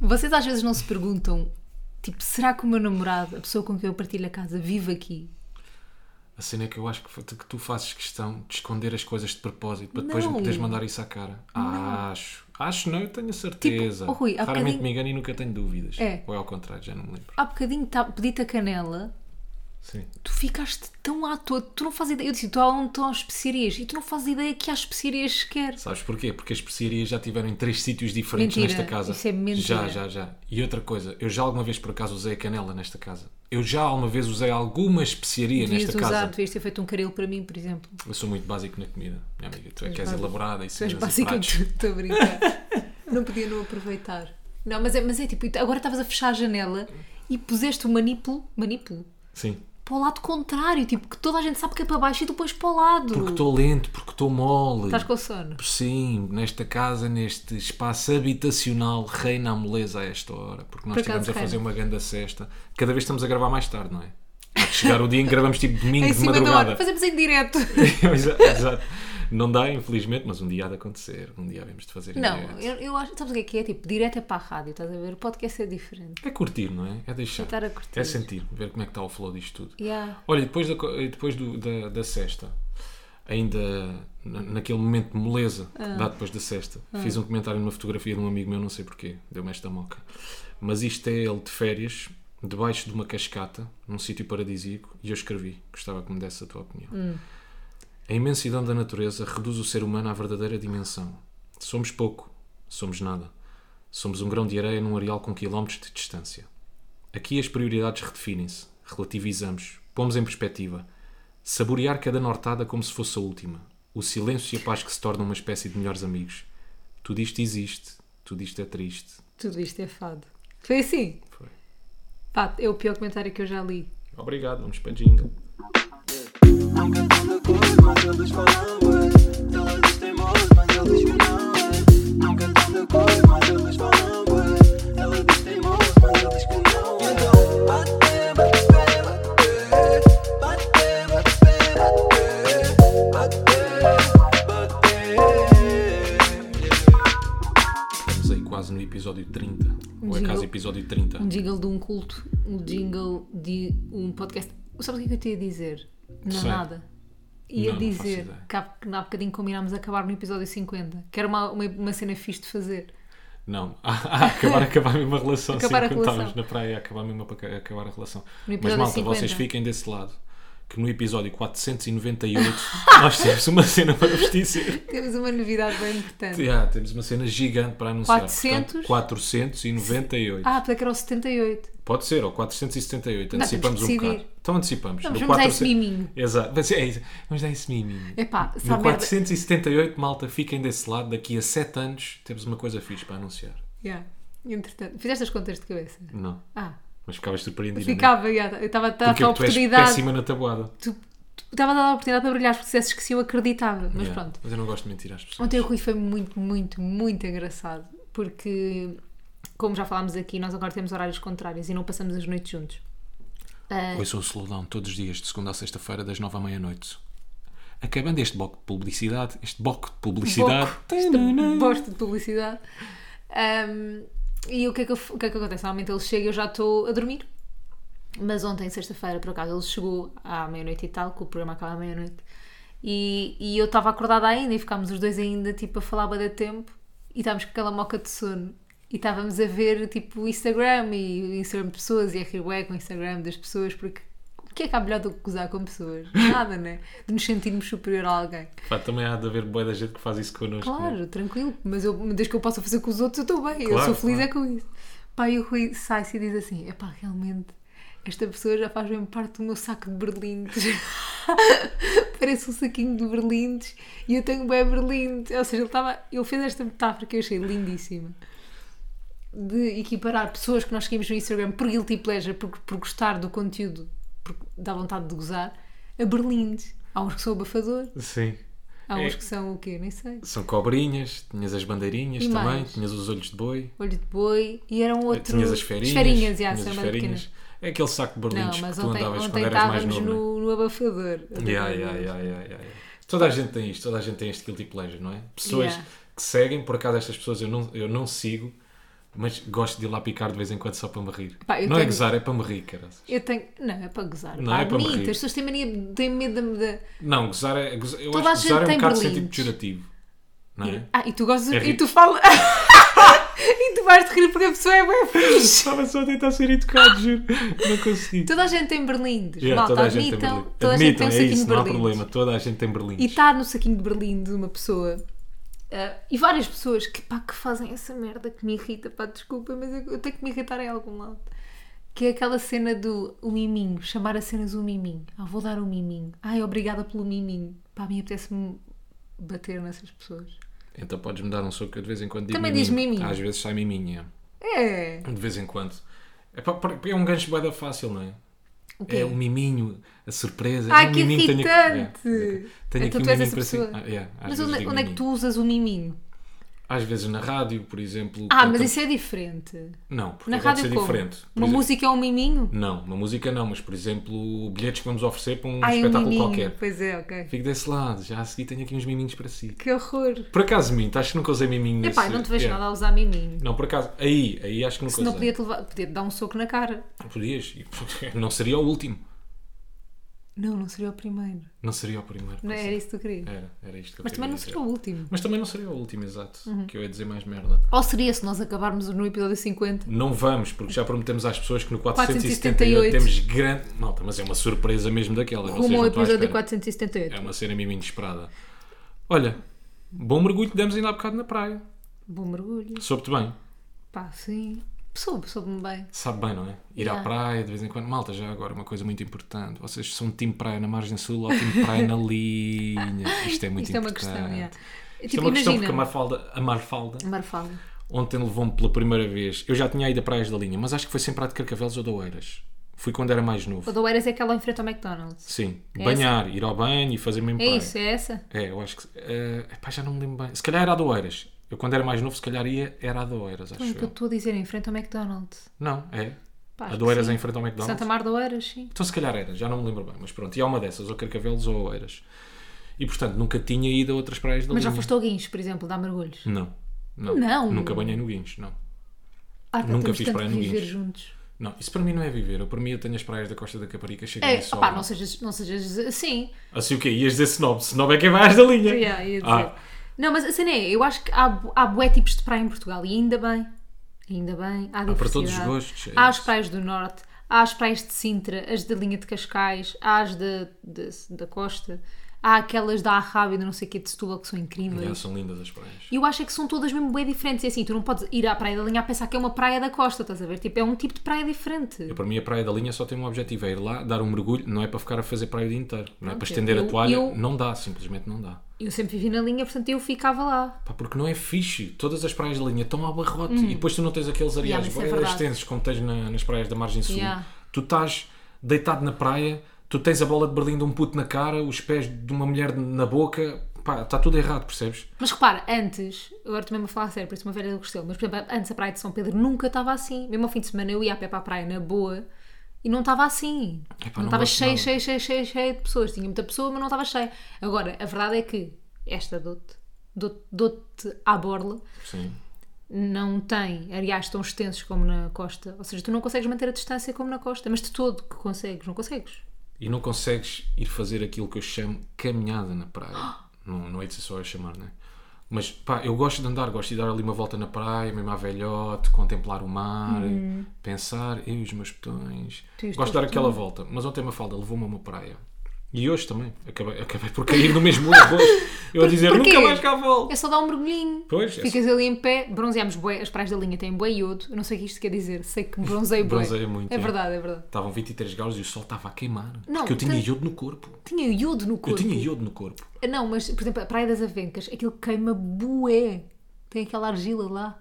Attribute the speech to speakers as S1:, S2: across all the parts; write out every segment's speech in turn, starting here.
S1: Vocês às vezes não se perguntam, tipo, será que o meu namorado, a pessoa com quem eu partilho a casa, vive aqui?
S2: A cena é que eu acho que, fa- que tu fazes questão de esconder as coisas de propósito para depois
S1: Não.
S2: me poderes mandar isso à cara. Acho. Acho não, eu tenho a certeza.
S1: Tipo, oh, Rui, há
S2: Raramente
S1: bocadinho-
S2: me engano e nunca tenho dúvidas.
S1: É.
S2: Ou é ao contrário, já não me lembro.
S1: Há bocadinho tá, pedi-te a canela,
S2: Sim.
S1: tu ficaste tão à toa, tu não fazes ideia. Eu disse, tu há onde estão as especiarias e tu não fazes ideia que há especiarias sequer.
S2: Sabes porquê? Porque as especiarias já tiveram em três sítios diferentes
S1: Mentira,
S2: nesta casa.
S1: isso é mentira.
S2: Já, já, já. E outra coisa, eu já alguma vez por acaso usei a canela nesta casa. Eu já alguma vez usei alguma especiaria
S1: Devias
S2: nesta
S1: usar,
S2: casa.
S1: devias ter feito um caril para mim, por exemplo.
S2: Eu sou muito básico na comida, minha amiga. Tu é que és
S1: básico.
S2: elaborada e
S1: Tu és
S2: cenas e
S1: básica
S2: pratos.
S1: estou a brincar. não podia não aproveitar. Não, mas é, mas é tipo, agora estavas a fechar a janela e puseste o manipulo, manipulo,
S2: Sim.
S1: para o lado contrário, tipo, que toda a gente sabe que é para baixo e tu pões para o lado.
S2: Porque estou lento, porque estou mole.
S1: Estás com sono.
S2: Sim, nesta casa, neste espaço habitacional, reina a moleza a esta hora, porque nós
S1: Por acaso
S2: estivemos a
S1: reina.
S2: fazer uma grande cesta. Cada vez estamos a gravar mais tarde, não é? Há que chegar o dia em que gravamos tipo domingo
S1: Em
S2: de
S1: cima da hora,
S2: madrugada.
S1: fazemos em direto. é.
S2: exato, exato. Não dá, infelizmente, mas um dia há de acontecer. Um dia havemos de fazer em
S1: Não,
S2: direto.
S1: eu, eu acho, sabes o que é que é? Tipo, direto é para a rádio, estás a ver? O podcast é diferente.
S2: É curtir, não é? É deixar.
S1: É estar a curtir.
S2: É sentir, ver como é que está o flow disto tudo.
S1: Yeah.
S2: Olha, e depois da, co- e depois do- da, da sexta, ainda na- naquele momento de moleza que dá depois da sexta, fiz um comentário numa fotografia de um amigo meu, não sei porquê, deu-me esta moca. Mas isto é ele de férias, debaixo de uma cascata, num sítio paradisíaco, e eu escrevi, gostava que me desse a tua opinião. A imensidão da natureza reduz o ser humano à verdadeira dimensão. Somos pouco, somos nada. Somos um grão de areia num areal com quilómetros de distância. Aqui as prioridades redefinem-se, relativizamos, pomos em perspectiva. Saborear cada nortada como se fosse a última. O silêncio e a paz que se tornam uma espécie de melhores amigos. Tudo isto existe, tudo isto é triste.
S1: Tudo isto é fado. Foi assim?
S2: Foi.
S1: Pá, é o pior comentário que eu já li.
S2: Obrigado, vamos para jingle.
S3: Não cantas a cor, mas eles falam ué. Elas têm moço, mas eles que não é. Não cantas a cor, mas eles falam ué. Elas têm moço, mas eles que não é. Então, bate, bate, bate, bate, bate, bate, bate, bate.
S2: Estamos aí quase no episódio 30. Ou é
S1: Jingle.
S2: quase episódio 30.
S1: Um jingle de um culto, um jingle de um podcast. Sabes o que é que eu te ia dizer? Não
S2: Sei.
S1: nada. Ia
S2: Não, não faço
S1: dizer
S2: ideia.
S1: que há, que há bocadinho combinámos acabar no episódio 50, que era uma, uma, uma cena fixe de fazer.
S2: Não, Ah, ah, acabar, acabar mesmo a relação.
S1: Acabar
S2: sim,
S1: a
S2: quando
S1: relação.
S2: estávamos na praia, acabar mesmo a, acabar a relação.
S1: No
S2: Mas
S1: episódio
S2: malta,
S1: 50.
S2: vocês fiquem desse lado. Que no episódio 498 nós temos uma cena para vos dizer.
S1: Temos uma novidade bem importante.
S2: Já, ah, temos uma cena gigante para anunciar.
S1: 400?
S2: Portanto, 498.
S1: Ah, para que era o 78.
S2: Pode ser, ou 478.
S1: Não, temos
S2: Antecipamos
S1: de
S2: um
S1: decidir.
S2: bocado. Então antecipamos.
S1: Vamos-
S2: No
S1: vamos dar esse miminho.
S2: Exato. Vai ser- é isso. Vamos dar esse miminho.
S1: Epá, se há
S2: No
S1: merda.
S2: 478, malta, fiquem desse lado. Daqui a 7 anos temos uma coisa fixe para anunciar.
S1: Yeah. Entretanto, fizeste as contas de cabeça?
S2: Não.
S1: Ah,
S2: Mas ficavas surpreendido. não é?
S1: ficava, yeah, eu estava a dar
S2: Porque
S1: a
S2: tu és
S1: oportunidade.
S2: péssima na tabuada.
S1: Tu, tu, estava a dar a oportunidade para brilhar porque dissesses que sim, eu acreditava. Mas
S2: Yeah.
S1: pronto.
S2: Mas eu não gosto de mentir às pessoas.
S1: Ontem o Rui foi muito, muito, muito engraçado porque, como já falámos aqui, nós agora temos horários contrários e não passamos as noites juntos. Ah,
S2: Ouçam sou o Slowdown um todos os dias, de segunda a sexta-feira, das nove à meia-noite. Acabando este bloco de publicidade, este bloco de publicidade.
S1: Boco, esta bosta de publicidade. Ahm, e o que, é que eu f- o que é que acontece? Normalmente ele chega e eu já estou a dormir. Mas ontem, sexta-feira, por acaso, ele chegou à meia-noite e tal, que o programa acaba à meia-noite. E, e eu estava acordada ainda e ficámos os dois ainda tipo a falar bué de tempo e estávamos com aquela moca de sono. E estávamos a ver tipo o Instagram e o Instagram de pessoas e a rir bué com o Instagram das pessoas, porque o que é que há melhor do que gozar com pessoas? Nada, né? De nos sentirmos superior a alguém.
S2: Pá, também há de haver boa da gente que faz isso connosco. não é?
S1: Claro, tranquilo, mas eu, desde que eu possa fazer com os outros, eu estou bem, eu
S2: Claro,
S1: sou feliz
S2: claro.
S1: é com isso. Pá, e o Rui sai-se e diz assim: epá, realmente, esta pessoa já faz mesmo parte do meu saco de berlindes. Parece um saquinho de berlindes e eu tenho bem berlindes. Ou seja, ele, estava, ele fez esta metáfora que eu achei lindíssima de equiparar pessoas que nós seguimos no Instagram por guilty pleasure, por, por gostar do conteúdo, por, dá vontade de gozar, a berlindes. Há uns que são abafador,
S2: Sim.
S1: há uns
S2: É.
S1: que são o quê? Nem sei.
S2: São cobrinhas, tinhas as bandeirinhas
S1: E
S2: também,
S1: mais?
S2: tinhas os olhos de boi,
S1: olho de boi e era um outro.
S2: tinhas as ferinhas.
S1: Esferinhas, já,
S2: tinhas
S1: são
S2: as
S1: mais pequenas.
S2: ferinhas. É aquele saco de berlindes
S1: Não, mas
S2: que tu
S1: ontem,
S2: andavas
S1: ontem
S2: quando eras mais
S1: estávamos
S2: novo. não
S1: no,
S2: é?
S1: no abafador.
S2: Yeah, yeah, yeah, yeah, yeah, yeah. Toda a gente tem isto, toda a gente tem este guilty pleasure, não é? Pessoas
S1: Yeah.
S2: que seguem, por acaso estas pessoas eu não, eu não sigo, Mas gosto de ir lá picar de vez em quando só para me rir.
S1: Pá, eu
S2: não é
S1: tenho-
S2: gozar, é para me rir, caras.
S1: Eu tenho. Não, é para gozar.
S2: Não,
S1: pá,
S2: é para me
S1: bonito.
S2: rir.
S1: As pessoas têm, mania, têm medo de. de-
S2: Não, gozar é. Gozar, eu
S1: Toda
S2: acho
S1: a
S2: que
S1: gente
S2: gozar é um
S1: tem
S2: bocado
S1: berlindes.
S2: sentido pejorativo. Não é?
S1: Ah, e tu gostas.
S2: É
S1: e
S2: rir.
S1: tu falas. e tu vais te rir porque a pessoa é bem fixe.
S2: Estava só a tentar ser educado, juro. Não consegui.
S1: Toda a gente tem berlindes.
S2: Yeah,
S1: Malta,
S2: toda a gente tem
S1: admitam.
S2: berlindes.
S1: toda a gente tem um
S2: Admitam, é
S1: saquinho
S2: isso,
S1: de
S2: não há
S1: berlindes.
S2: problema. Toda a gente tem
S1: E
S2: berlindes.
S1: está no saquinho de berlim de uma pessoa. ah, e várias pessoas que, pá, que fazem essa merda que me irrita, pá, desculpa, mas eu, eu tenho que me irritar em algum lado. Que é aquela cena do o miminho, chamar as cenas um miminho. Ah, vou dar um miminho. Ai, obrigada pelo miminho. Pá, a mim apetece-me bater nessas pessoas.
S2: Então podes-me dar um soco, que eu de vez em quando digo
S1: Também diz miminho.
S2: Às vezes sai miminha.
S1: É!
S2: De vez em quando. É, pá, pá, é um gancho bada fácil, não é?
S1: O quê?
S2: É um miminho, a surpresa.
S1: Ai,
S2: é um
S1: que
S2: miminho, tenho é,
S1: irritante!
S2: Tenho, tenho
S1: Então
S2: aqui um
S1: tu és
S2: miminho
S1: essa
S2: para si.
S1: pessoa.
S2: Ah, yeah,
S1: Mas
S2: às vezes
S1: onde,
S2: digo
S1: onde é que
S2: miminho.
S1: tu usas o miminho?
S2: Às vezes na rádio, por exemplo.
S1: Ah,
S2: quando
S1: mas
S2: eu-
S1: isso é diferente.
S2: Não, porque
S1: Na
S2: Então, pode
S1: rádio
S2: ser
S1: como?
S2: diferente. Por
S1: Uma
S2: exemplo-
S1: música é um miminho?
S2: Não, uma música não, mas por exemplo, bilhetes que vamos oferecer para um
S1: Ah, é um
S2: espetáculo
S1: miminho.
S2: qualquer.
S1: Pois é, ok.
S2: Fico desse lado, já a seguir tenho aqui uns miminhos para si.
S1: Que horror.
S2: Por acaso minto, acho que nunca usei miminho nesse...
S1: Epá, eu não te vejo
S2: Yeah.
S1: nada a usar miminho.
S2: Não, por acaso, aí, aí acho que nunca
S1: Se não
S2: usei.
S1: podia-te levar, podia-te dar um soco na cara.
S2: Podias, e não seria o último.
S1: Não, não seria o primeiro.
S2: Não seria o primeiro.
S1: Não
S2: pois
S1: era
S2: é.
S1: isso que tu querias.
S2: Era, era isto que eu
S1: Mas
S2: queria é.
S1: também não
S2: dizer.
S1: seria o último. Uhum.
S2: Mas também não seria o último, exato. Que eu ia dizer mais merda.
S1: Ou seria se nós acabarmos no episódio 50?
S2: Não vamos, porque já prometemos às pessoas que no
S1: 478.
S2: 478, temos grande. Malta, mas é uma surpresa mesmo daquela. vocês
S1: Rumo
S2: não
S1: ao
S2: estão à
S1: episódio
S2: espera.
S1: 478.
S2: É uma cena mesmo inesperada. Olha, bom mergulho que demos ainda há bocado na praia.
S1: Bom mergulho.
S2: Soube-te bem.
S1: Pá, sim. Soube, soube-me bem.
S2: Sabe bem, não é? Ir
S1: Yeah.
S2: à praia de vez em quando. Malta, já agora, uma coisa muito importante. Vocês são um time praia na margem sul ou um time praia na linha? Isto é muito
S1: Isto é uma
S2: importante.
S1: questão, é.
S2: Isto
S1: Tipo,
S2: é uma questão porque a
S1: imagina.
S2: Marfalda, a Marfalda
S1: Marfala.
S2: ontem levou-me pela primeira vez. Eu já tinha ido a praias da linha, mas acho que foi sempre à de Carcavelos ou de Oeiras. Fui quando era mais novo.
S1: O do Eiras é aquela em frente ao McDonald's.
S2: Sim.
S1: É
S2: Banhar, ir ao banho e fazer mesmo
S1: É
S2: praia.
S1: isso, é essa?
S2: É, eu acho que. eh, epá, já não me lembro bem. Se calhar era a do Oeiras. Eu, quando era mais novo, se calhar ia, era a do Oeiras, acho
S1: Não, o que eu
S2: eu.
S1: estou a dizer, em frente ao McDonald's.
S2: Não, é.
S1: Pá, Então,
S2: A
S1: acho
S2: do
S1: que
S2: Oeiras
S1: sim.
S2: é em frente ao McDonald's.
S1: Santa Mar do Eiras, sim.
S2: Então, se calhar era, já não me lembro bem, mas pronto. E há uma dessas, ou Carcavelos ou Oeiras. E, portanto, nunca tinha ido a outras praias da
S1: Mas já
S2: linha.
S1: foste ao Guincho, por exemplo, dar mergulhos.
S2: Não, não.
S1: Não?
S2: Nunca banhei no Guincho, não.
S1: Ah, pá,
S2: Nunca
S1: temos
S2: fiz
S1: tanto
S2: praia
S1: que
S2: no
S1: viver
S2: Guincho.
S1: juntos.
S2: Não, isso para mim não é viver. Eu, para mim, eu tenho as praias da Costa da Caparica, chega
S1: É,
S2: é, só.
S1: opá, não sejas, não sejas assim.
S2: Assim o quê? Ias dizer snob. Snob é quem vai às da linha.
S1: Yeah, ia dizer.
S2: Ah,
S1: Não, mas a cena é, eu acho que há, bu- há bué tipos de praia em Portugal e ainda bem, ainda bem, há diversidade.
S2: para todos os gostos, é
S1: há as
S2: isso.
S1: praias do Norte, há as praias de Sintra, as da linha de Cascais, há as da, da, da Costa, há aquelas da Arrábia e da não sei o que de Setúbal que são incríveis.
S2: yeah, são lindas as praias.
S1: E eu acho é que são todas mesmo bem diferentes. E assim, tu não podes ir à Praia da Linha a pensar que é uma praia da Costa, estás a ver? Tipo, é um tipo de praia diferente.
S2: Eu, para mim, a praia da linha só tem um objetivo: é ir lá, dar um mergulho. Não é para ficar a fazer praia o dia inteiro. Não é para
S1: Pronto,
S2: estender
S1: eu-
S2: a toalha.
S1: eu-
S2: Não dá, simplesmente não dá.
S1: Eu sempre vivi na linha, portanto eu ficava lá.
S2: Pá, porque não é fixe. Todas as praias da linha estão ao barrote e depois tu não tens aqueles areais
S1: Hum. Yeah, isso é
S2: bué
S1: verdade.
S2: extensos como tens na- nas praias da margem sul.
S1: Yeah.
S2: Tu estás deitado na praia, tu tens a bola de berlim de um puto na cara, os pés de uma mulher na boca. Pá, está tudo errado, percebes?
S1: Mas repara, antes, agora também vou falar a sério, parece uma velha do Costelo, mas por exemplo, antes a praia de São Pedro nunca estava assim. Mesmo ao fim de semana eu ia a pé para a praia na boa e não estava assim.
S2: Epá,
S1: não
S2: não
S1: estava
S2: gosto
S1: cheia,
S2: nada.
S1: cheia, cheia, cheia, cheia de pessoas. Tinha muita pessoa, mas não estava cheia. Agora, a verdade é que esta dou-te, dou-te- dou-te à borla,
S2: Sim.
S1: não tem areais tão extensos como na costa. Ou seja, tu não consegues manter a distância como na costa, mas de todo que consegues, não consegues.
S2: E não consegues ir fazer aquilo que eu chamo caminhada na praia. não, não é de ser só a chamar, não é? Mas pá, eu gosto de andar, gosto de dar ali uma volta na praia, mesmo à velhote, contemplar o mar, pensar, eu e os meus botões.
S1: Uhum. Tu e os
S2: Gosto
S1: teus
S2: de dar aquela volta. Mas ontem uma falda levou-me a uma praia. E hoje também. Acabei, acabei por cair no mesmo erro hoje. Eu a dizer,
S1: porquê?
S2: nunca mais cá volto.
S1: É só dar um mergulhinho.
S2: Pois, é
S1: Ficas ali em pé, bronzeamos bué, as praias da linha têm bué iodo. Eu não sei o que isto quer dizer, sei que bronzeio bué.
S2: Bronzeia muito,
S1: É
S2: é.
S1: verdade, é verdade.
S2: Estavam 23 graus e o sol estava a queimar.
S1: Não,
S2: porque eu tinha
S1: tem-
S2: iodo no corpo.
S1: Tinha iodo no corpo. Ah,
S2: Eu tinha iodo no corpo.
S1: Não, mas, por exemplo, a Praia das Avencas, aquilo queima bué. Tem aquela argila lá.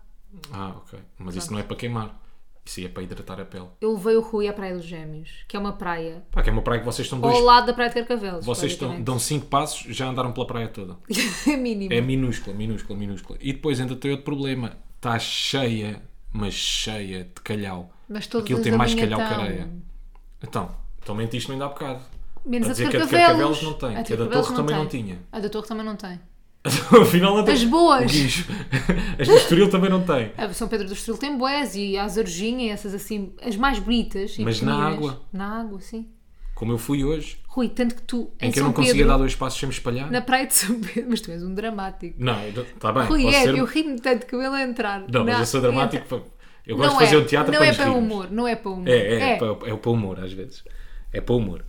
S2: Ah, ok. Mas isso não é para queimar. Isso aí é para hidratar a pele.
S1: Eu levei o Rui à Praia dos Gêmeos, que é uma praia
S2: Pá, que é uma praia que vocês estão dois.
S1: ao lado da Praia de Carcavelos.
S2: Vocês estão, dão cinco passos, já andaram pela praia toda.
S1: basicamente. É mínimo.
S2: É minúscula, minúscula, minúscula. E depois ainda tem outro problema. Está cheia, mas cheia de calhau.
S1: Mas todas
S2: Aquilo
S1: as
S2: tem
S1: da
S2: mais
S1: linha
S2: calhau que
S1: estão.
S2: areia. Então, então mentiste-me ainda há bocado.
S1: Menos
S2: a
S1: a de
S2: dizer que a de
S1: Carcavelos.
S2: Carcavelos não tem,
S1: A de
S2: que a da
S1: Carcavelos
S2: Torre também
S1: tem.
S2: não tinha.
S1: A da Torre também não tem.
S2: Afinal, não tem.
S1: As boas.
S2: O guincho. As do Estoril também não tem.
S1: A São Pedro do Estoril tem boés e a Azorjinha, essas assim, as mais bonitas. e
S2: Mas na
S1: pequeninas.
S2: água.
S1: Na água, sim.
S2: Como eu fui hoje,
S1: Rui, tanto que tu,
S2: em,
S1: em,
S2: É que eu
S1: São
S2: não conseguia
S1: Pedro,
S2: dar dois passos sem me espalhar.
S1: na praia de São Pedro, mas tu és um dramático.
S2: Não, está bem.
S1: Rui,
S2: posso
S1: é,
S2: ser-
S1: eu ri-me tanto que ele entrar.
S2: Não, mas
S1: na-
S2: eu sou dramático.
S1: entra-
S2: pá. Eu gosto
S1: Não
S2: de fazer
S1: é,
S2: o teatro
S1: Não
S2: para
S1: é
S2: nos
S1: para o
S2: rirmos.
S1: humor, não é para o humor.
S2: É, é, é. para, é para o humor, às vezes. É para o humor.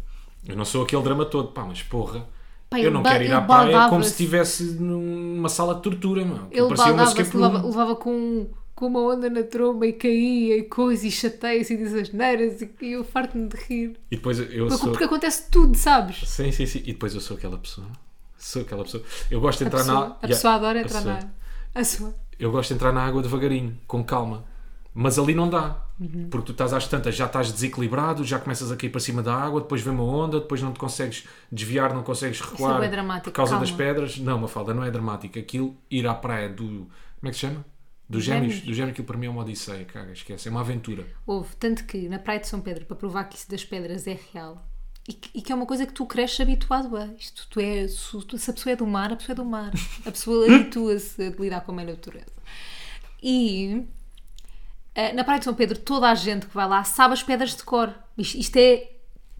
S2: Eu não sou aquele drama todo, pá, mas porra.
S1: Pá,
S2: eu
S1: ele
S2: não
S1: ba-
S2: quero ir
S1: ele
S2: à praia é como
S1: baldava-se.
S2: se estivesse numa sala de tortura, mano.
S1: Ele
S2: parecia uma
S1: baldava-se,
S2: escape room.
S1: levava, levava com, um, com uma onda na tromba e caía e coisa e chateia-se e diz as neiras e, e eu farto-me de rir.
S2: E depois eu
S1: Porque,
S2: sou.
S1: porque acontece tudo, sabes?
S2: Sim, sim, sim. E depois eu sou aquela pessoa. Sou aquela pessoa. Eu gosto de
S1: A
S2: entrar
S1: pessoa,
S2: na
S1: a pessoa adora
S2: a
S1: entrar na
S2: pessoa.
S1: água. A sua.
S2: Eu gosto de entrar na água devagarinho, com calma. Mas ali não dá.
S1: Uhum.
S2: Porque tu estás às tantas, já estás desequilibrado, já começas a cair para cima da água, depois vem uma onda, depois não te consegues desviar, não consegues recuar.
S1: é bué dramático,
S2: por causa
S1: calma.
S2: das pedras. Não, Mafalda, não é dramático. Aquilo, ir à praia do. Como é que se chama? Dos
S1: Gêmeos.
S2: gêmeos. Do gêmeo, aquilo para mim é uma odisseia, caga, esquece. É uma aventura.
S1: Houve, tanto que na Praia de São Pedro, para provar que isso das pedras é real e que, e que é uma coisa que tu cresces habituado a. Isto, tu é, se, tu- se a pessoa é do mar, a pessoa é do mar. A pessoa habitua-se a lidar com a meia natureza. E eh, na Praia de São Pedro, toda a gente que vai lá sabe as pedras de cor. Isto, isto é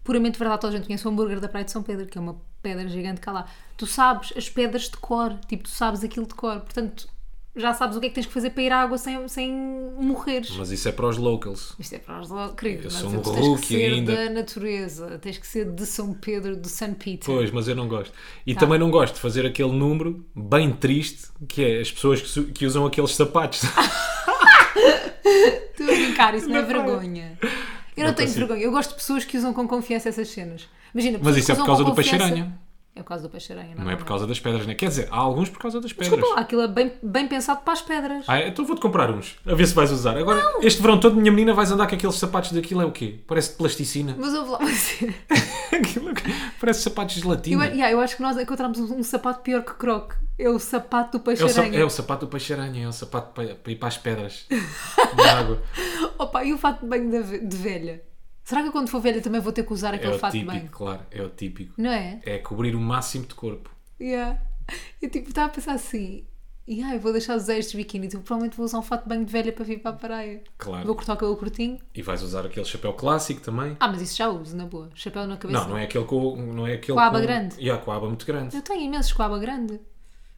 S1: puramente verdade. Toda a gente conhece o hambúrguer da Praia de São Pedro, que é uma pedra gigante que há lá. Tu sabes as pedras de cor, tipo, tu sabes aquilo de cor. Portanto, já sabes o que é que tens que fazer para ir à água sem, sem morreres.
S2: Mas isso é para os locals.
S1: Isto é para os lo- querido,
S2: Eu
S1: mas
S2: sou um
S1: tu tens que
S2: rookie
S1: ser
S2: ainda.
S1: da natureza, tens que ser de São Pedro, do San Peter.
S2: Pois, mas eu não gosto. E
S1: Tá.
S2: também não gosto de fazer aquele número bem triste que é as pessoas que, su- que usam aqueles sapatos.
S1: Estou a brincar, isso não é
S2: Na praia.
S1: vergonha. Eu não,
S2: Não
S1: tenho
S2: consigo.
S1: vergonha, eu gosto de pessoas que usam com confiança essas cenas. Imagina,
S2: Mas
S1: pessoas
S2: isso é
S1: que
S2: por
S1: usam
S2: causa
S1: com
S2: do
S1: confiança-
S2: peixe-aranha.
S1: É por causa do peixe-aranha,
S2: Não é por causa das pedras, né? Quer dizer, há alguns por causa das pedras.
S1: Desculpa lá, aquilo é bem, bem pensado para as pedras.
S2: Ah, então vou-te comprar uns, a ver se vais usar. Agora, este verão todo, minha menina, vais andar com aqueles sapatos daquilo, é o quê? Parece de plasticina.
S1: Mas houve lá uma cena.
S2: Aquilo que- parece sapatos de
S1: Eu, é-
S2: gelatina.
S1: yeah, eu acho que nós encontramos um, um sapato pior que croque. É o sapato do
S2: É o, sa-
S1: peixe-aranha.
S2: é o sapato do peixe-aranha, é o sapato para, para ir para as pedras na água.
S1: Opa, e o fato de banho da ve- de velha? Será que eu quando for velha também vou ter que usar
S2: É
S1: aquele
S2: o
S1: fato
S2: típico,
S1: de banho?
S2: claro, é o típico.
S1: Não é?
S2: É cobrir o máximo de corpo.
S1: Yeah. Eu tipo, estava a pensar assim. Yeah, eu vou deixar de usar estes biquínis. Eu provavelmente vou usar um fato de banho de velha para vir para a praia.
S2: Claro.
S1: Vou cortar o cabelo curtinho.
S2: E vais usar aquele chapéu clássico também.
S1: Ah, mas isso já uso, na boa. Chapéu na cabeça.
S2: Não, não é aquele com, não é aquele
S1: Com a aba grande.
S2: Yeah, com a aba muito grande.
S1: Eu tenho imensos com a aba grande.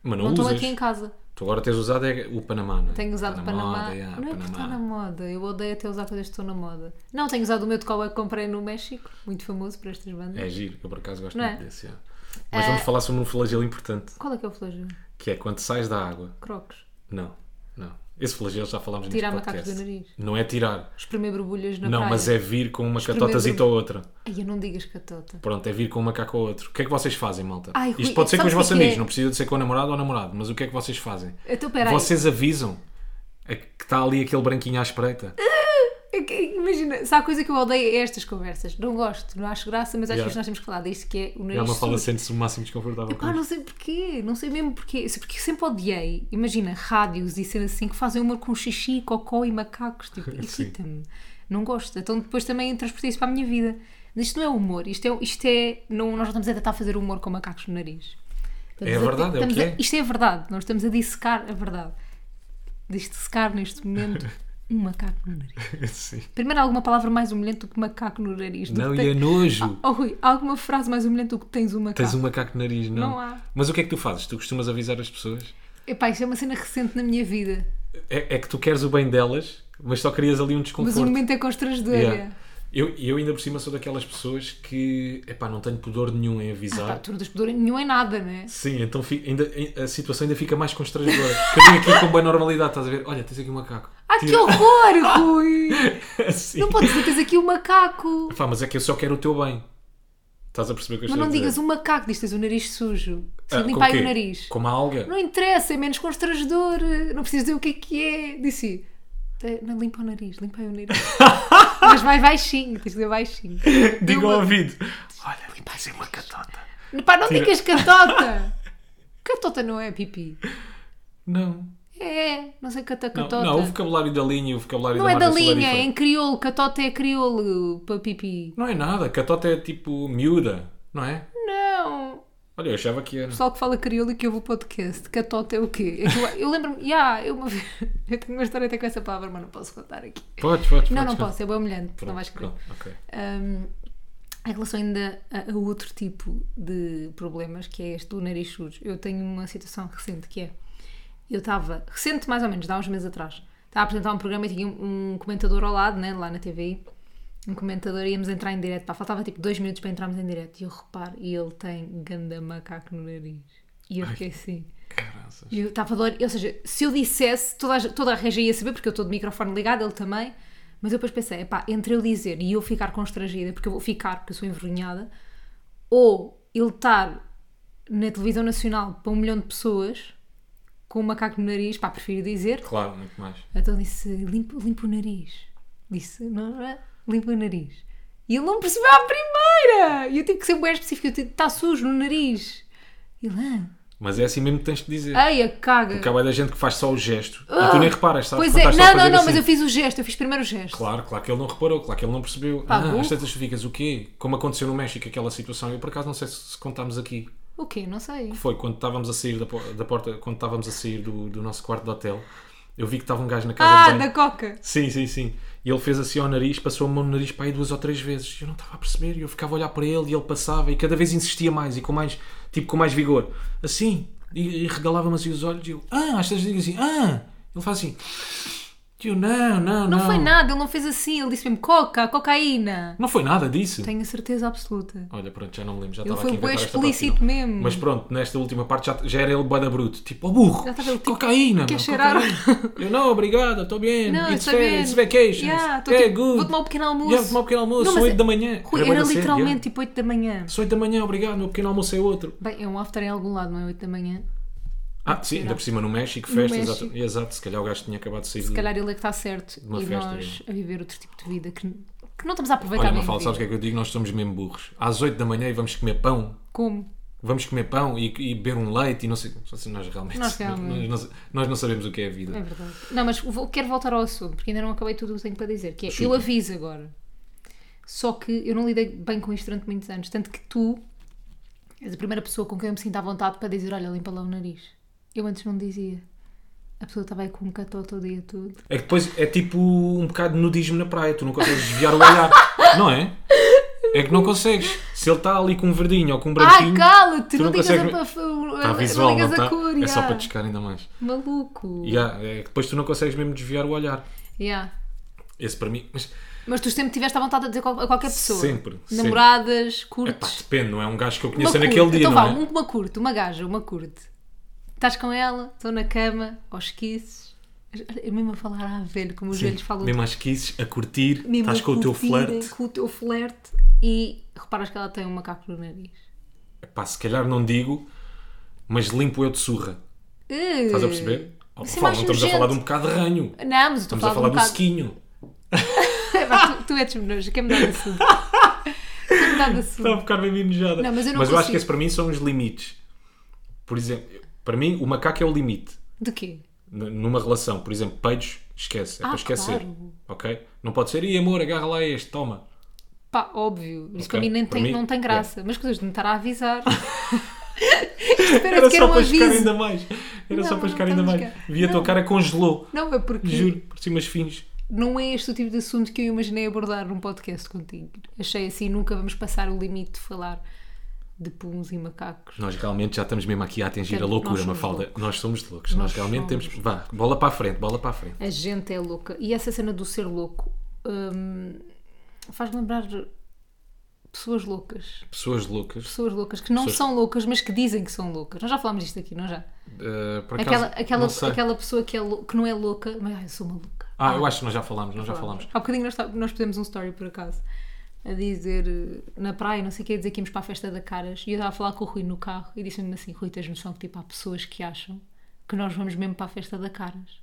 S2: Mas não,
S1: Não estão
S2: usas.
S1: aqui em casa.
S2: Tu agora tens usado é o Panamá, não é?
S1: Tenho usado
S2: Tá na
S1: Panamá.
S2: moda, yeah,
S1: não é porque
S2: Panamá.
S1: está na moda. Eu odeio até usar coisas que estão na moda. Não, tenho usado o meu de cowboy que comprei no México. Muito famoso para estas bandas.
S2: É giro, eu por acaso gosto
S1: Não
S2: muito
S1: é?
S2: desse. yeah. Mas vamos falar sobre um flagelo importante,
S1: Qual é que é o flagelo?
S2: que é quando sais da água.
S1: Crocs.
S2: Não, não. Esse flagelo já falámos neste
S1: Tirar
S2: podcast.
S1: macacos do nariz.
S2: Não é tirar.
S1: Espremer borbulhas na
S2: não,
S1: praia.
S2: mas é vir com uma
S1: Espremer
S2: catotazita ou outra.
S1: Ai, eu não digas tota. catota.
S2: Pronto, é vir com um macaco ou outro. O que é que vocês fazem, malta?
S1: Ai, Rui,
S2: Isto pode ser com os
S1: sabes o
S2: vossos
S1: que é que
S2: amigos,
S1: é?
S2: não precisa de ser com o namorado ou namorado, mas o que é que vocês fazem?
S1: Então, peraí.
S2: Vocês avisam a- que está ali aquele branquinho à espreita.
S1: É que, Imagina, se há coisa que eu odeio é estas conversas. Não gosto, não acho graça, mas acho
S2: Yeah.
S1: que nós temos que falar disto, que é o nariz
S2: É uma fala
S1: sujo.
S2: sente-se o máximo desconfortável com
S1: Pá,
S2: isto.
S1: não sei porquê, não sei mesmo porquê. Se- Porque sempre odiei, imagina, rádios e cenas assim que fazem humor com xixi, cocó e macacos. Tipo, irrita-me. Não gosto. Então depois também transportei isso para a minha vida. Mas isto não é humor, isto é. Isto é não, nós não estamos a tentar fazer humor com macacos no nariz. Estamos
S2: É
S1: a-
S2: verdade, é o
S1: estamos
S2: que
S1: a-
S2: é.
S1: Isto é verdade, nós estamos a dissecar a verdade. Dissecar neste momento um macaco no nariz.
S2: Sim.
S1: Primeiro, alguma palavra mais humilhante do que macaco no nariz? Do
S2: Não,
S1: que
S2: e é
S1: tem-
S2: nojo.
S1: Oh, Rui, há alguma frase mais humilhante do que tens um macaco?
S2: Tens um macaco no nariz, não?
S1: Não há.
S2: Mas o que é que tu fazes? Tu costumas avisar as pessoas?
S1: Epá, isto é uma cena recente na minha vida,
S2: É, é que tu queres o bem delas, mas só querias ali um desconforto.
S1: mas o momento é constrangedor.
S2: Yeah. Eu, eu ainda por cima sou daquelas pessoas que, epá, não tenho pudor nenhum em
S1: Ah, Pá,
S2: avisar.
S1: tu não tens pudor em nenhum é nada, né?
S2: Sim, então fi- ainda, a situação ainda fica mais constrangedora. Que eu tenho aqui com boa normalidade, estás a ver? Olha, tens aqui um macaco.
S1: Ah, que
S2: Tira.
S1: horror, Rui!
S2: Assim.
S1: Não podes dizer tens aqui um macaco.
S2: Pá, mas é que eu só quero o teu bem. Estás a perceber o que eu
S1: Mas
S2: estou
S1: não
S2: a dizer?
S1: digas um macaco, diz tens o nariz sujo. Se
S2: Ah, com
S1: limpar
S2: quê?
S1: o nariz.
S2: Com uma alga?
S1: Não interessa, é menos constrangedor. Não preciso dizer o que é que é. Disse. "Te- Não, limpa o nariz, limpa o nariz. mas vai baixinho, tens de dizer baixinho.
S2: Diga
S1: Não-
S2: ao ouvido. Olha, limpar uma catota.
S1: Pá, não
S2: Tira.
S1: digas catota! catota não é pipi.
S2: Não.
S1: É, não sei cata
S2: Não,
S1: catota.
S2: não,
S1: Não,
S2: o vocabulário da linha e o vocabulário da
S1: é da
S2: Marta
S1: linha,
S2: Solarifera.
S1: é em crioulo. Catota é crioulo para pipi.
S2: Tota Não é nada, catota é tipo miúda, não é?
S1: Não!
S2: Olha, eu achava que era.
S1: pessoal que fala crioulo e que ouve o podcast, catota é o quê? É que eu, eu lembro-me, yeah, eu, uma vez- eu tenho uma história até com essa palavra, mas não posso contar aqui.
S2: Podes, podes,
S1: Não,
S2: podes,
S1: não
S2: podes.
S1: posso, é bem humilhante, não vais querer.
S2: Pronto, ok.
S1: Um, em relação ainda a, a outro tipo de problemas, que é este do nariz sujo, eu tenho uma situação recente que é: eu estava, recente mais ou menos, de há uns meses atrás, estava a apresentar um programa e tinha um, um comentador ao lado, né, lá na TVI. Um comentador, íamos entrar em direto, pá, faltava tipo dois minutos para entrarmos em direto. E eu reparo, e ele tem ganda macaco no nariz. E eu fiquei assim.
S2: Caranças.
S1: E eu estava a doer, ou seja, se eu dissesse, toda a, ge- toda a regia ia saber, porque eu estou de microfone ligado, ele também. Mas eu depois pensei, epá, entre eu dizer e eu ficar constrangida, porque eu vou ficar, porque eu sou envergonhada, ou ele estar na televisão nacional para um milhão de pessoas com um macaco no nariz, pá, prefiro dizer.
S2: Claro, muito mais.
S1: Então disse, limpa, limpa o nariz. Disse, não, não, limpa o nariz. E ele não percebeu à primeira! E eu tive que ser bem específico, eu tive, está sujo no nariz. E ele, ah,
S2: Mas é assim mesmo que tens de dizer.
S1: ai, a caga.
S2: Porque é há bué da gente que faz só o gesto e tu nem reparas,
S1: Pois
S2: sabes? Quando
S1: é,
S2: estás só
S1: não, não,
S2: a fazer
S1: não,
S2: assim.
S1: mas eu fiz o gesto, eu fiz primeiro o gesto.
S2: Claro, claro que ele não reparou, claro que ele não percebeu.
S1: Pá,
S2: ah,
S1: burro.
S2: às tantas tu ficas o quê? Como aconteceu no México aquela situação, eu por acaso não sei se, se contámos aqui.
S1: O quê? Não sei.
S2: Foi quando estávamos a sair da, po- da porta, quando estávamos a sair do, do nosso quarto de hotel, eu vi que estava um gajo na casa
S1: Ah,
S2: de banho.
S1: da coca.
S2: Sim, sim, sim. E ele fez assim ao nariz, passou a mão no nariz para aí duas ou três vezes. Eu não estava a perceber, e eu ficava a olhar para ele e ele passava e cada vez insistia mais e com mais, tipo, com mais vigor. Assim, e, e regalava-me assim os olhos e eu, ah, às vezes digo assim, ah, ele faz assim. E eu, não, não, não.
S1: Não, foi nada, ele não fez assim, ele disse mesmo coca, cocaína.
S2: Não foi nada disso.
S1: Tenho a certeza absoluta.
S2: Olha, pronto, já não me lembro, já
S1: Ele
S2: estava
S1: foi
S2: aqui a
S1: bué
S2: inventar esta
S1: explícito
S2: parte, não.
S1: mesmo.
S2: Mas pronto, nesta última parte já, já era ele bada bruto. Tipo, ó burro,
S1: Já estava ele, tipo,
S2: cocaína.
S1: quer
S2: meu,
S1: cheirar?
S2: cocaína. Eu não, obrigado, estou bem.
S1: Não,
S2: it's,
S1: está
S2: fair,
S1: bem.
S2: it's vacation.
S1: Yeah, tô
S2: é
S1: tipo,
S2: good.
S1: Vou tomar um pequeno almoço.
S2: Yeah, vou tomar um pequeno almoço,
S1: Não, mas
S2: são oito
S1: é-
S2: da manhã.
S1: Rui,
S2: Era
S1: Era,
S2: bué da cedo,
S1: literalmente
S2: yeah.
S1: tipo 8 da manhã.
S2: São 8 da manhã, obrigado, meu pequeno almoço é outro.
S1: Bem, é um after em algum lado, não é 8 da manhã.
S2: Ah, sim, ainda por cima no México,
S1: No
S2: festa,
S1: México.
S2: Exato, exato. Se calhar o gajo tinha acabado de sair
S1: Se
S2: do-
S1: calhar ele é que está certo.
S2: uma
S1: e
S2: festa,
S1: nós a viver outro tipo de vida que, que não estamos a aproveitar
S2: Olha,
S1: bem.
S2: não
S1: a
S2: falo,
S1: vida.
S2: sabes o que é que eu digo? Nós somos mesmo burros. Às 8 da manhã e vamos comer pão.
S1: Como?
S2: Vamos comer pão e, e beber um leite e não sei. só assim, Nós realmente.
S1: Nós realmente.
S2: nós- nós não sabemos o que é a vida.
S1: É verdade. Não, mas vou- quero voltar ao assunto, porque ainda não acabei tudo o que tenho para dizer, que é, eu
S2: Chuta.
S1: aviso agora. Só que eu não lidei bem com isto durante muitos anos, tanto que tu és a primeira pessoa com quem eu me sinto à vontade para dizer, olha, limpa lá o nariz. Eu antes não dizia. A pessoa estava aí com um catoto o dia todo.
S2: É que depois é tipo um bocado de nudismo na praia, tu não consegues desviar o olhar, não é? É que não consegues. Se ele está ali com um verdinho ou com um
S1: Ai,
S2: branquinho.
S1: cala-te!
S2: tu
S1: Não,
S2: não
S1: ligas
S2: consegues-
S1: a, pa-
S2: Está
S1: não
S2: visual, não
S1: ligas a
S2: está?
S1: cor,
S2: É só
S1: yeah.
S2: para descar ainda mais.
S1: Maluco!
S2: Yeah, é que depois tu não consegues mesmo desviar o olhar.
S1: Yeah.
S2: Esse para mim. Mas
S1: Mas tu sempre tiveste à vontade de dizer qual- a qualquer pessoa.
S2: Sempre, sempre.
S1: Namoradas,
S2: pá,
S1: curtes.
S2: depende, não é um gajo que eu
S1: Uma
S2: conheça
S1: curte.
S2: naquele dia,
S1: então
S2: não
S1: vá,
S2: é?
S1: um- uma curte, uma gaja, uma curte. Estás com ela, estou na cama, aos kisses. Eu mesmo a falar à velho, como os
S2: Sim,
S1: velhos falam.
S2: Mesmo às kisses, a curtir,
S1: mesmo
S2: estás
S1: a
S2: com o teu
S1: curtirem,
S2: flerte.
S1: Com o teu flerte. E reparas que ela tem um macaco no nariz.
S2: Pá, se calhar não digo, mas limpo eu de surra. Estás a perceber? Oh,
S1: Isso é mais
S2: Paulo, não estamos a
S1: nojento.
S2: falar de um bocado de ranho.
S1: Não, mas eu estou
S2: Estamos a falar
S1: um
S2: do
S1: bocado-
S2: sequinho.
S1: Vá, tu, tu és desmenojo, quer mudar de assunto. quer mudar de assunto.
S2: Estava a ficar bem enojada.
S1: Não, mas eu não
S2: acho
S1: consigo.
S2: que esse para mim são os limites. Por exemplo, eu- para mim o macaco é o limite
S1: Do quê?
S2: n- numa relação. Por exemplo, peidos, esquece. É
S1: Ah,
S2: para esquecer.
S1: claro.
S2: Ok? Não pode ser, e amor, agarra lá este, toma.
S1: Pá, óbvio. Isso para
S2: Ok,
S1: mim nem
S2: para
S1: tem,
S2: mim,
S1: não tem
S2: é.
S1: graça. Mas coisas de me estar a avisar. Espera que era um
S2: buscar
S1: aviso.
S2: ainda mais. Era
S1: Não,
S2: só para
S1: não
S2: buscar ainda
S1: estamos
S2: mais.
S1: cá.
S2: Vi a tua
S1: Não.
S2: cara congelou.
S1: Não, é porque
S2: Juro, por cima os fins.
S1: não é este o tipo de assunto que eu imaginei abordar num podcast contigo. Achei assim, nunca vamos passar o limite de falar de puns e macacos.
S2: Nós realmente já estamos mesmo aqui a atingir
S1: Portanto,
S2: a loucura,
S1: nós somos
S2: Mafalda. Nós somos loucos. Nós,
S1: Nós
S2: realmente
S1: somos.
S2: temos. Vá, bola para a frente, bola para a frente.
S1: A gente é louca. E essa cena do ser louco hum, faz-me lembrar pessoas loucas.
S2: Pessoas loucas.
S1: Pessoas loucas que não
S2: Pessoas-
S1: são loucas, mas que dizem que são loucas. Nós já falámos disto aqui, não já?
S2: eh, por acaso,
S1: Aquela, aquela,
S2: não sei.
S1: aquela pessoa que, é lou- que não é louca, mas ai, eu sou maluca.
S2: Ah, eu acho que nós já falámos, nós já falámos.
S1: Há bocadinho nós, tá- nós fizemos um story por acaso a dizer eh, na praia, não sei o que, a dizer que íamos para a festa da Caras e eu estava a falar com o Rui no carro e disse-me assim: Rui, tens noção que tipo, há pessoas que acham que nós vamos mesmo para a festa da Caras.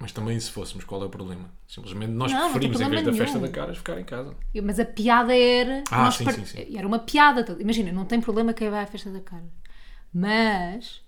S2: Mas também se fôssemos, qual é o problema? Simplesmente nós
S1: Não, não tem
S2: preferimos, em vez da
S1: problema
S2: festa
S1: nenhum.
S2: da caras, ficar em casa.
S1: Eu, mas a piada era.
S2: Ah,
S1: nós
S2: sim,
S1: par-
S2: sim, sim.
S1: Era uma piada. toda. Imagina, não tem problema quem vai à festa da Caras. Mas.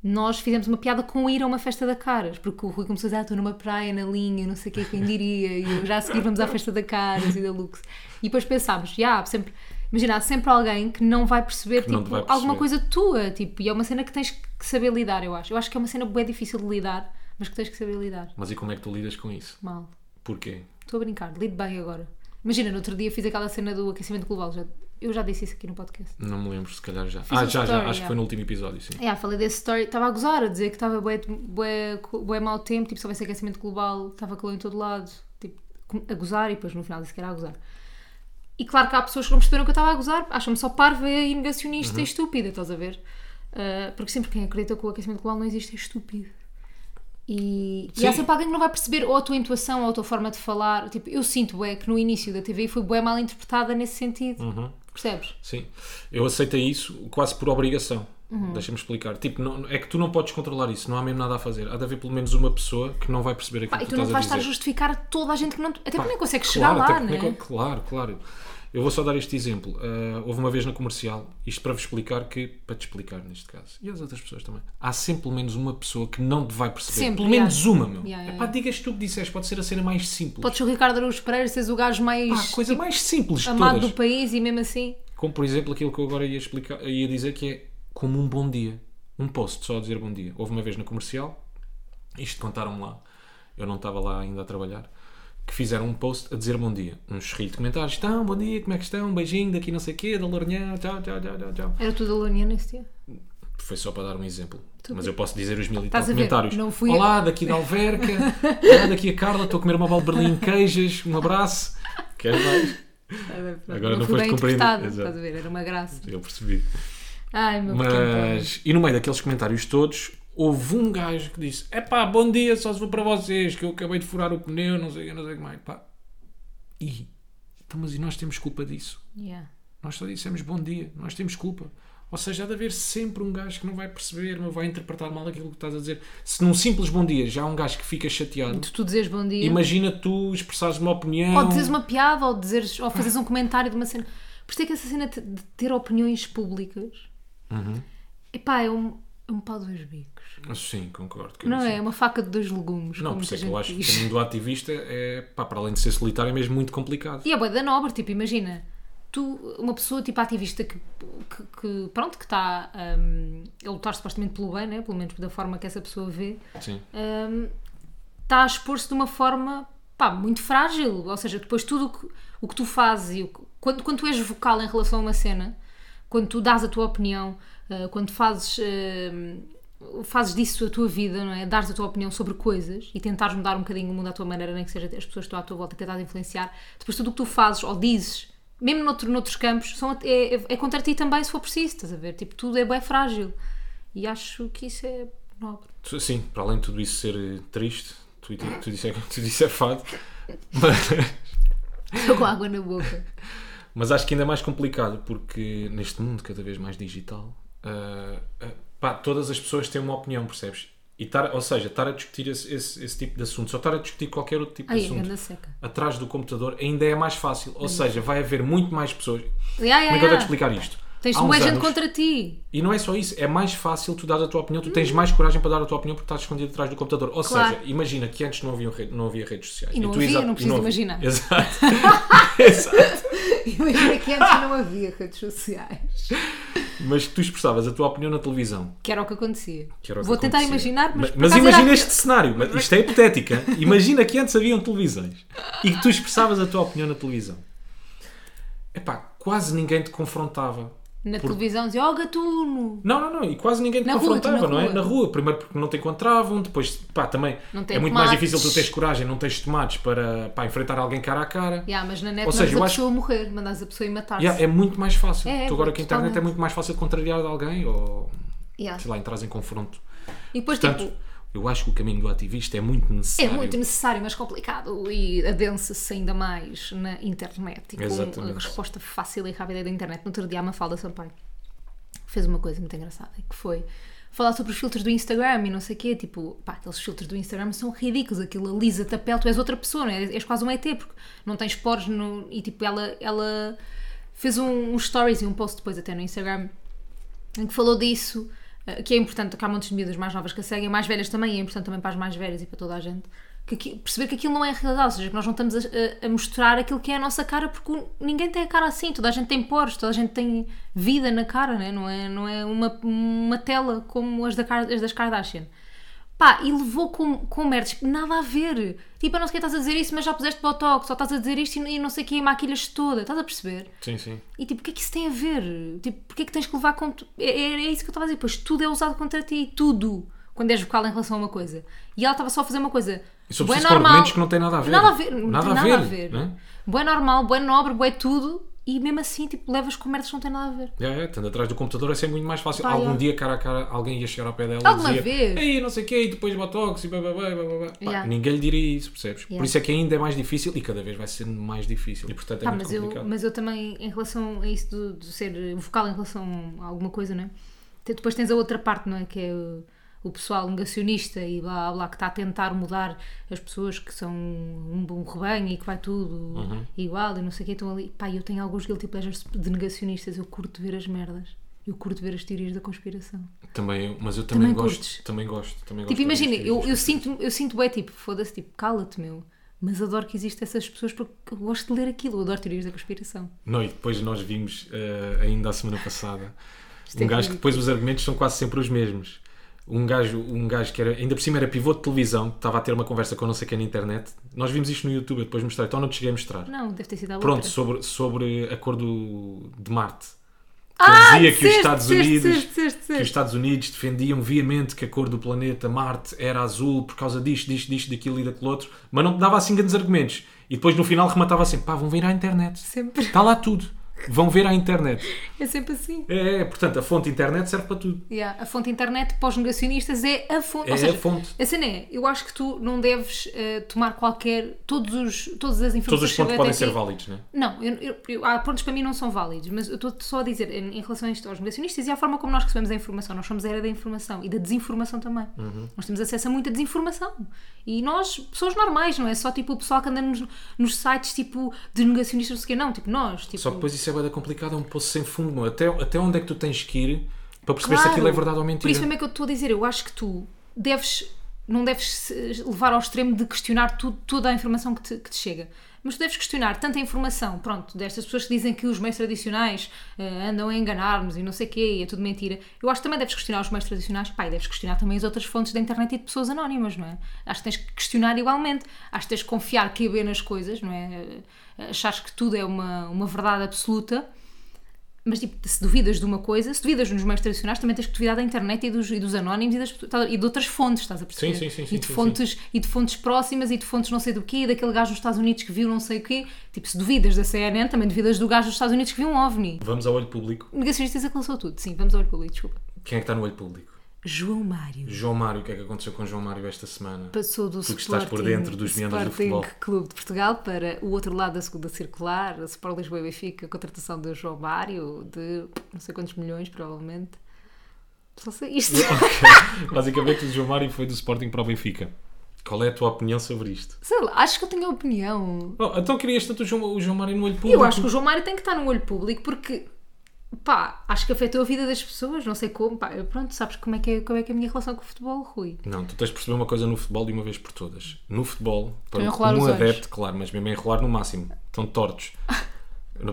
S1: Nós fizemos uma piada com ir a uma festa da Caras, porque o Rui começou a dizer: ah, estou numa praia, na linha, não sei o que, quem diria, e eu, já a seguir vamos à festa da Caras e da Lux. E depois pensámos: já, sempre. Imagina, há sempre alguém que não vai perceber,
S2: não
S1: tipo,
S2: te vai perceber.
S1: alguma coisa tua, tipo, e é uma cena que tens que saber lidar, eu acho. Eu acho que é uma cena bem difícil de lidar, mas que tens que saber lidar.
S2: Mas e como é que tu lidas com isso?
S1: Mal.
S2: Porquê?
S1: Estou a brincar, lido bem agora. Imagina, no outro dia fiz aquela cena do aquecimento global, já, eu já disse isso aqui no podcast.
S2: Não me lembro, se calhar já.
S1: Fiz
S2: ah,
S1: um
S2: já, já.
S1: story,
S2: Acho
S1: já.
S2: que foi no último episódio, sim.
S1: Yeah, falei desse story, estava a gozar, a dizer que estava bué, de- bué, co- bué mau tempo, tipo, se houvesse aquecimento global, estava calor em todo lado, tipo, com- a gozar e depois no final disse que era a gozar. E claro que há pessoas que não perceberam que eu estava a gozar, acham-me só parva e negacionista
S2: Uhum.
S1: e estúpida, estás a ver? Ah, porque sempre quem acredita que o aquecimento global não existe é estúpido. E, e há
S2: Sim.
S1: sempre alguém que não vai perceber ou a tua intuação ou a tua forma de falar. Tipo, eu sinto bué que no início da TV foi bué mal interpretada nesse sentido.
S2: Uhum.
S1: Percebes?
S2: Sim. Eu aceitei isso quase por obrigação.
S1: Uhum.
S2: Deixa-me explicar. Tipo, não- é que tu não podes controlar isso, não há mesmo nada a fazer. Há de haver pelo menos uma pessoa que não vai perceber aquilo
S1: Pá,
S2: que
S1: Ah, e
S2: tu,
S1: tu não
S2: estás a
S1: vais estar a
S2: dizer.
S1: justificar a toda a gente que não. Até porque nem consegues chegar
S2: Claro, até
S1: lá,
S2: porque
S1: né?
S2: nem co- Claro, claro. Eu vou só dar este exemplo. Ah, houve uma vez na comercial, isto para vos explicar que, para te explicar neste caso, e às outras pessoas também, há sempre pelo menos uma pessoa que não te vai perceber.
S1: Sempre,
S2: pelo menos
S1: yeah.
S2: uma, meu.
S1: Yeah, yeah,
S2: Epá, digas tu o que disseste, pode ser a cena mais simples.
S1: Podes ser o Ricardo Araújo Pereira, seres o gajo mais
S2: Pá, a coisa mais simples de
S1: amado
S2: todas.
S1: do país e mesmo assim.
S2: Como por exemplo aquilo que eu agora ia, explicar, ia dizer que é como um bom dia. Um post só a dizer bom dia. Houve uma vez na comercial, isto contaram-me lá, eu não estava lá ainda a trabalhar, que fizeram um post a dizer bom dia. Um chorrilho de comentários, estão, bom dia, como é que estão, beijinho daqui não sei o quê, da Lourinhã, tchau, tchau, tchau, tchau, tchau.
S1: Era tudo alunia nesse dia.
S2: Foi só para dar um exemplo. Mas eu posso dizer os mil e tal
S1: Estás a ver?
S2: comentários.
S1: Não fui
S2: Olá, daqui da Alverca, olá, daqui a Carla, estou a comer uma bola de berlim em queijas, um abraço. Queres mais? Agora não
S1: foi
S2: foste
S1: bem
S2: compreendido.
S1: interpretado,
S2: Exato.
S1: estás a ver? Era uma graça.
S2: Eu percebi.
S1: Ai, meu pequeno Pedro.
S2: Mas, e no meio daqueles comentários todos, houve um gajo que disse: É pá, bom dia, só se vou para vocês, que eu acabei de furar o pneu, não sei o que, não sei o que mais. Pá. E, então, mas e nós temos culpa disso?
S1: Yeah.
S2: Nós só dissemos bom dia, nós temos culpa. Ou seja, há de haver sempre um gajo que não vai perceber, não vai interpretar mal aquilo que estás a dizer. Se num simples bom dia já há um gajo que fica chateado,
S1: Tu, tu dizes bom dia,
S2: imagina um- tu expressares uma opinião.
S1: ou dizes uma piada, ou, dizeres, ou
S2: Ah.
S1: fazes um comentário de uma cena. Por isso é que essa cena te- de ter opiniões públicas epá, é um, é um pau de dois bicos.
S2: Uhum. Ah, Sim, concordo.
S1: Não
S2: sim.
S1: é? É uma faca de dois legumes.
S2: Não,
S1: como
S2: por
S1: muita
S2: isso é que eu
S1: gente
S2: acho que o
S1: diz.
S2: caminho do ativista é, pá, para além de ser solitário, é mesmo muito complicado.
S1: E é bué da nobre, tipo, imagina, tu, uma pessoa tipo ativista que, que, que, pronto, que está hum, a lutar supostamente pelo bem, né? pelo menos da forma que essa pessoa vê,
S2: Sim.
S1: hum, está a expor-se de uma forma, pá, muito frágil, ou seja, depois tudo o que, o que tu fazes, e o que- quando, quando tu és vocal em relação a uma cena, quando tu dás a tua opinião, ah, quando fazes... hum, Fazes disso a tua vida, não é? Dares a tua opinião sobre coisas e tentares mudar um bocadinho o mundo à tua maneira, nem que seja as pessoas que estão à tua volta e tentar influenciar. Depois, tudo o que tu fazes ou dizes, mesmo noutro, noutros campos, são, at- é, é- é contra ti também, se for preciso, estás a ver? Tipo, tudo é bem frágil. E acho que isso é nobre.
S2: Tu- Sim, para além de tudo isso ser eh, triste, tu, tu, tu disse, tu disse é fado, mas,
S1: Estou com água na boca.
S2: mas acho que ainda é mais complicado porque neste mundo cada vez mais digital, ah, ah, pá, todas as pessoas têm uma opinião, percebes? E tar, ou seja, estar a discutir esse, esse, esse tipo de assunto, só estar a discutir qualquer outro tipo de
S1: Aí,
S2: assunto
S1: anda seca.
S2: atrás do computador ainda é mais fácil. Ou seja, vai haver muito mais pessoas.
S1: Ya, ya,
S2: Como é que eu
S1: ya.
S2: tenho de explicar isto?
S1: Tens
S2: Há uns
S1: um agente
S2: anos-
S1: contra ti.
S2: E não é só isso, é mais fácil tu dar a tua opinião, tu tens mais coragem para dar a tua opinião porque estás escondido atrás do computador. Ou
S1: Claro.
S2: seja, imagina que antes não havia, rede- não havia redes sociais.
S1: E não
S2: tu
S1: havia,
S2: exa-
S1: não
S2: e
S1: preciso
S2: havia.
S1: imaginar.
S2: Exato. Exato.
S1: Imagina que antes não havia redes sociais.
S2: Mas tu expressavas a tua opinião na televisão.
S1: Que era o que acontecia.
S2: que era o que
S1: Vou tentar
S2: acontecia.
S1: imaginar, mas.
S2: Mas,
S1: por
S2: mas
S1: acaso era
S2: imagina
S1: aquilo.
S2: este cenário, mas isto é hipotética. imagina que antes haviam televisões e que tu expressavas a tua opinião na televisão. Epá, quase ninguém te confrontava.
S1: Na televisão dizia, oh gatuno!
S2: Não, não, não, e quase ninguém te
S1: Na rua,
S2: confrontava,
S1: tu na
S2: não é?
S1: rua.
S2: Na rua, primeiro porque não te encontravam, depois, pá, também
S1: Não tem
S2: é muito mais
S1: tomates.
S2: difícil tu teres coragem, não tens tomates para pá, enfrentar alguém cara a cara.
S1: Ya, mas na net
S2: Ou
S1: mandas
S2: seja, eu
S1: a
S2: acho-
S1: pessoa morrer, mandas a pessoa ir matar-se.
S2: Yeah, é muito mais fácil.
S1: É, é,
S2: tu agora com a internet é
S1: totalmente.
S2: muito mais fácil contrariar alguém ou,
S1: Ya.
S2: sei lá, entras em confronto.
S1: E depois,
S2: Portanto,
S1: tipo,
S2: eu acho que o caminho do ativista é muito
S1: É
S2: necessário.
S1: muito necessário, mas complicado e adensa-se ainda mais na internet e com
S2: Exatamente.
S1: a resposta fácil e rápida da internet. No outro dia, a Mafalda Sampaio fez uma coisa muito engraçada, que foi falar sobre os filtros do Instagram e não sei o quê, tipo, pá, aqueles filtros do Instagram são ridículos, aquilo alisa-te a pele, tu és outra pessoa, não é? és quase um ET, porque não tens poros no- e tipo, ela, ela fez um, um stories e um post depois até no Instagram em que falou disso, eh, que é importante, que há montes de miúdas mais novas que a seguem, mais velhas também, e é importante também para as mais velhas e para toda a gente, que aqui- perceber que aquilo não é a realidade, ou seja, que nós não estamos a, a- a mostrar aquilo que é a nossa cara, porque o- ninguém tem a cara assim, toda a gente tem poros, toda a gente tem vida na cara, né? não é, não é uma, uma tela como as, da, Kar- as das Kardashian. Pá, e levou com, com merdas, tipo, nada a ver. Tipo, eu não sei o que estás a dizer isso, mas já puseste botox, só estás a dizer isto e, e não sei o que, maquilhas toda, estás a perceber?
S2: Sim, sim.
S1: E tipo, o que é que isso tem a ver? Tipo, porque é que tens que levar contra. É, é, é isso que eu estava a dizer, pois tudo é usado contra ti, tudo. Quando és vocal em relação a uma coisa. E ela estava só a fazer uma coisa.
S2: E sobre
S1: Bué
S2: esses argumentos que não têm nada a ver.
S1: Nada a ver, não
S2: Nada
S1: tem
S2: a
S1: nada a
S2: ver.
S1: ver.
S2: né?
S1: Bué normal, bué nobre, bué tudo. E mesmo assim, tipo, levas com merdas que não têm nada a ver.
S2: É, é, estando atrás do computador é sempre muito mais fácil.
S1: Pá,
S2: Algum
S1: é.
S2: dia, cara a cara, alguém ia chegar ao pé dela
S1: Alguma
S2: e dizia
S1: vez.
S2: Ei, não sei o quê, e depois botox e blá blá blá blá blá. Pá,
S1: Yeah.
S2: Ninguém lhe diria isso, percebes? Por
S1: Yeah.
S2: isso é que ainda é mais difícil e cada vez vai sendo mais difícil. E portanto é
S1: Pá,
S2: muito
S1: Tá, mas, eu,
S2: complicado.
S1: mas eu também, em relação a isso do- de, ser vocal em relação a alguma coisa, não é? Te- Depois tens a outra parte, não é? Que é o, o pessoal negacionista e blá blá, blá que está a tentar mudar as pessoas que são um bom rebanho e que vai tudo
S2: Uhum.
S1: igual e não sei o que. Estão ali. Pá, eu tenho alguns guilty pleasures de negacionistas. Eu curto ver as merdas. Eu curto ver as teorias da conspiração.
S2: Também eu, mas eu também,
S1: Também
S2: gosto,
S1: curtes?
S2: também gosto. Também gosto
S1: Tipo,
S2: de ver
S1: imagina,
S2: isto e
S1: eu,
S2: isto.
S1: eu sinto eu sinto bem, tipo, foda-se, tipo, cala-te, meu. Mas adoro que existem essas pessoas porque eu gosto de ler aquilo. Eu adoro teorias da conspiração.
S2: Não, e depois nós vimos eh, ainda a semana passada
S1: é
S2: um gajo que
S1: ridículo.
S2: depois os argumentos são quase sempre os mesmos. Um gajo, um gajo que era, ainda por cima era pivô de televisão, que estava a ter uma conversa com não sei quem na internet. Nós vimos isto no YouTube, eu depois mostrei, então não te cheguei a mostrar.
S1: Não, deve ter sido a
S2: Pronto,
S1: outra.
S2: sobre, sobre a cor do, de Marte. Que
S1: Ah,
S2: ele dizia que os
S1: disseste,
S2: Estados
S1: disseste,
S2: Unidos.
S1: disseste, disseste,
S2: Que os
S1: disseste.
S2: Estados Unidos defendiam veemente que a cor do planeta Marte era azul por causa disto, disto, disto, daquilo e daquele outro, mas não te dava assim grandes argumentos. E depois no final rematava assim: pá, vão ver à internet.
S1: É Sempre.
S2: Está lá tudo. Vão ver à internet.
S1: É sempre assim.
S2: É, é, portanto, a fonte internet serve para tudo.
S1: Yeah, A fonte internet para os negacionistas é a fonte.
S2: É
S1: Ou seja,
S2: a fonte.
S1: A cena é, eu acho que tu não deves eh, tomar qualquer. Todos os, todas as informações.
S2: Todos os
S1: que
S2: pontos
S1: chegam
S2: podem
S1: até
S2: ser
S1: ti-
S2: válidos, né?
S1: Não, eu, eu- eu- há pontos que para mim não são válidos, mas eu estou só a dizer em, em relação a isto aos negacionistas e à forma como nós recebemos a informação. Nós somos a era da informação e da desinformação também.
S2: Uhum.
S1: Nós temos acesso a muita desinformação. E nós, pessoas normais, não é só tipo o pessoal que anda nos, nos sites tipo de negacionistas, não sei o quê, não. Tipo nós. Tipo,
S2: Só que depois isso é bem complicado, é um poço sem fundo. meu. Até, até onde é que tu tens que ir para perceber se
S1: Claro.
S2: aquilo é verdade ou
S1: Por isso
S2: mentira?
S1: mesmo é que eu estou a dizer, eu acho que tu deves, não deves se- levar ao extremo de questionar tu, toda a informação que te, que te chega. Mas tu deves questionar tanta informação, pronto, destas pessoas que dizem que os meios tradicionais eh, andam a enganar-nos e não sei o quê, e é tudo mentira. Eu acho que também deves questionar os meios tradicionais, pá, e deves questionar também as outras fontes da internet e de pessoas anónimas, não é? Acho que tens que questionar igualmente. Acho que tens que confiar que é bem nas coisas, não é? Eh, Achares que tudo é uma, uma verdade absoluta. Mas tipo, se duvidas de uma coisa, se duvidas nos meios tradicionais, também tens que duvidar da internet e dos, e dos anónimos e, das, pessoas- e de outras fontes, estás a perceber?
S2: Sim, sim, sim, sim,
S1: e, de
S2: sim,
S1: fontes, e de fontes próximas e de fontes não sei do quê, e daquele gajo nos Estados Unidos que viu não sei o quê. Tipo, se duvidas da CNN, também duvidas do gajo dos Estados Unidos que viu um OVNI.
S2: Vamos ao olho público.
S1: Negacionistas alcançou tudo. Sim, vamos ao olho público, desculpa.
S2: Quem é que está no olho público?
S1: João Mário
S2: João Mário, o que é que aconteceu com João Mário esta semana?
S1: passou do
S2: Tu que estás por
S1: Sporting-
S2: dentro dos meandros do
S1: Sporting
S2: futebol.
S1: Clube de Portugal para o outro lado da segunda circular, a Sport Lisboa e Benfica, a contratação do João Mário de não sei quantos milhões, provavelmente. Só sei isto.
S2: Basicamente, o João Mário foi do Sporting para o Benfica. Qual é a tua opinião sobre isto?
S1: Sei lá, acho que eu tenho opinião.
S2: Oh, então querias tanto o João, o João Mário no olho público?
S1: Eu acho que o João Mário tem que estar no olho público porque, pá, acho que afetou a vida das pessoas, não sei como, pá, eu- pronto, sabes como é que é, como é, que é a minha relação com o futebol, Rui.
S2: Não, tu tens de perceber uma coisa no futebol de uma vez por todas. No futebol,
S1: Estão
S2: para
S1: a
S2: o
S1: enrolar
S2: comum
S1: os olhos.
S2: adepto, claro, mas mesmo é enrolar no máximo, estão tortos.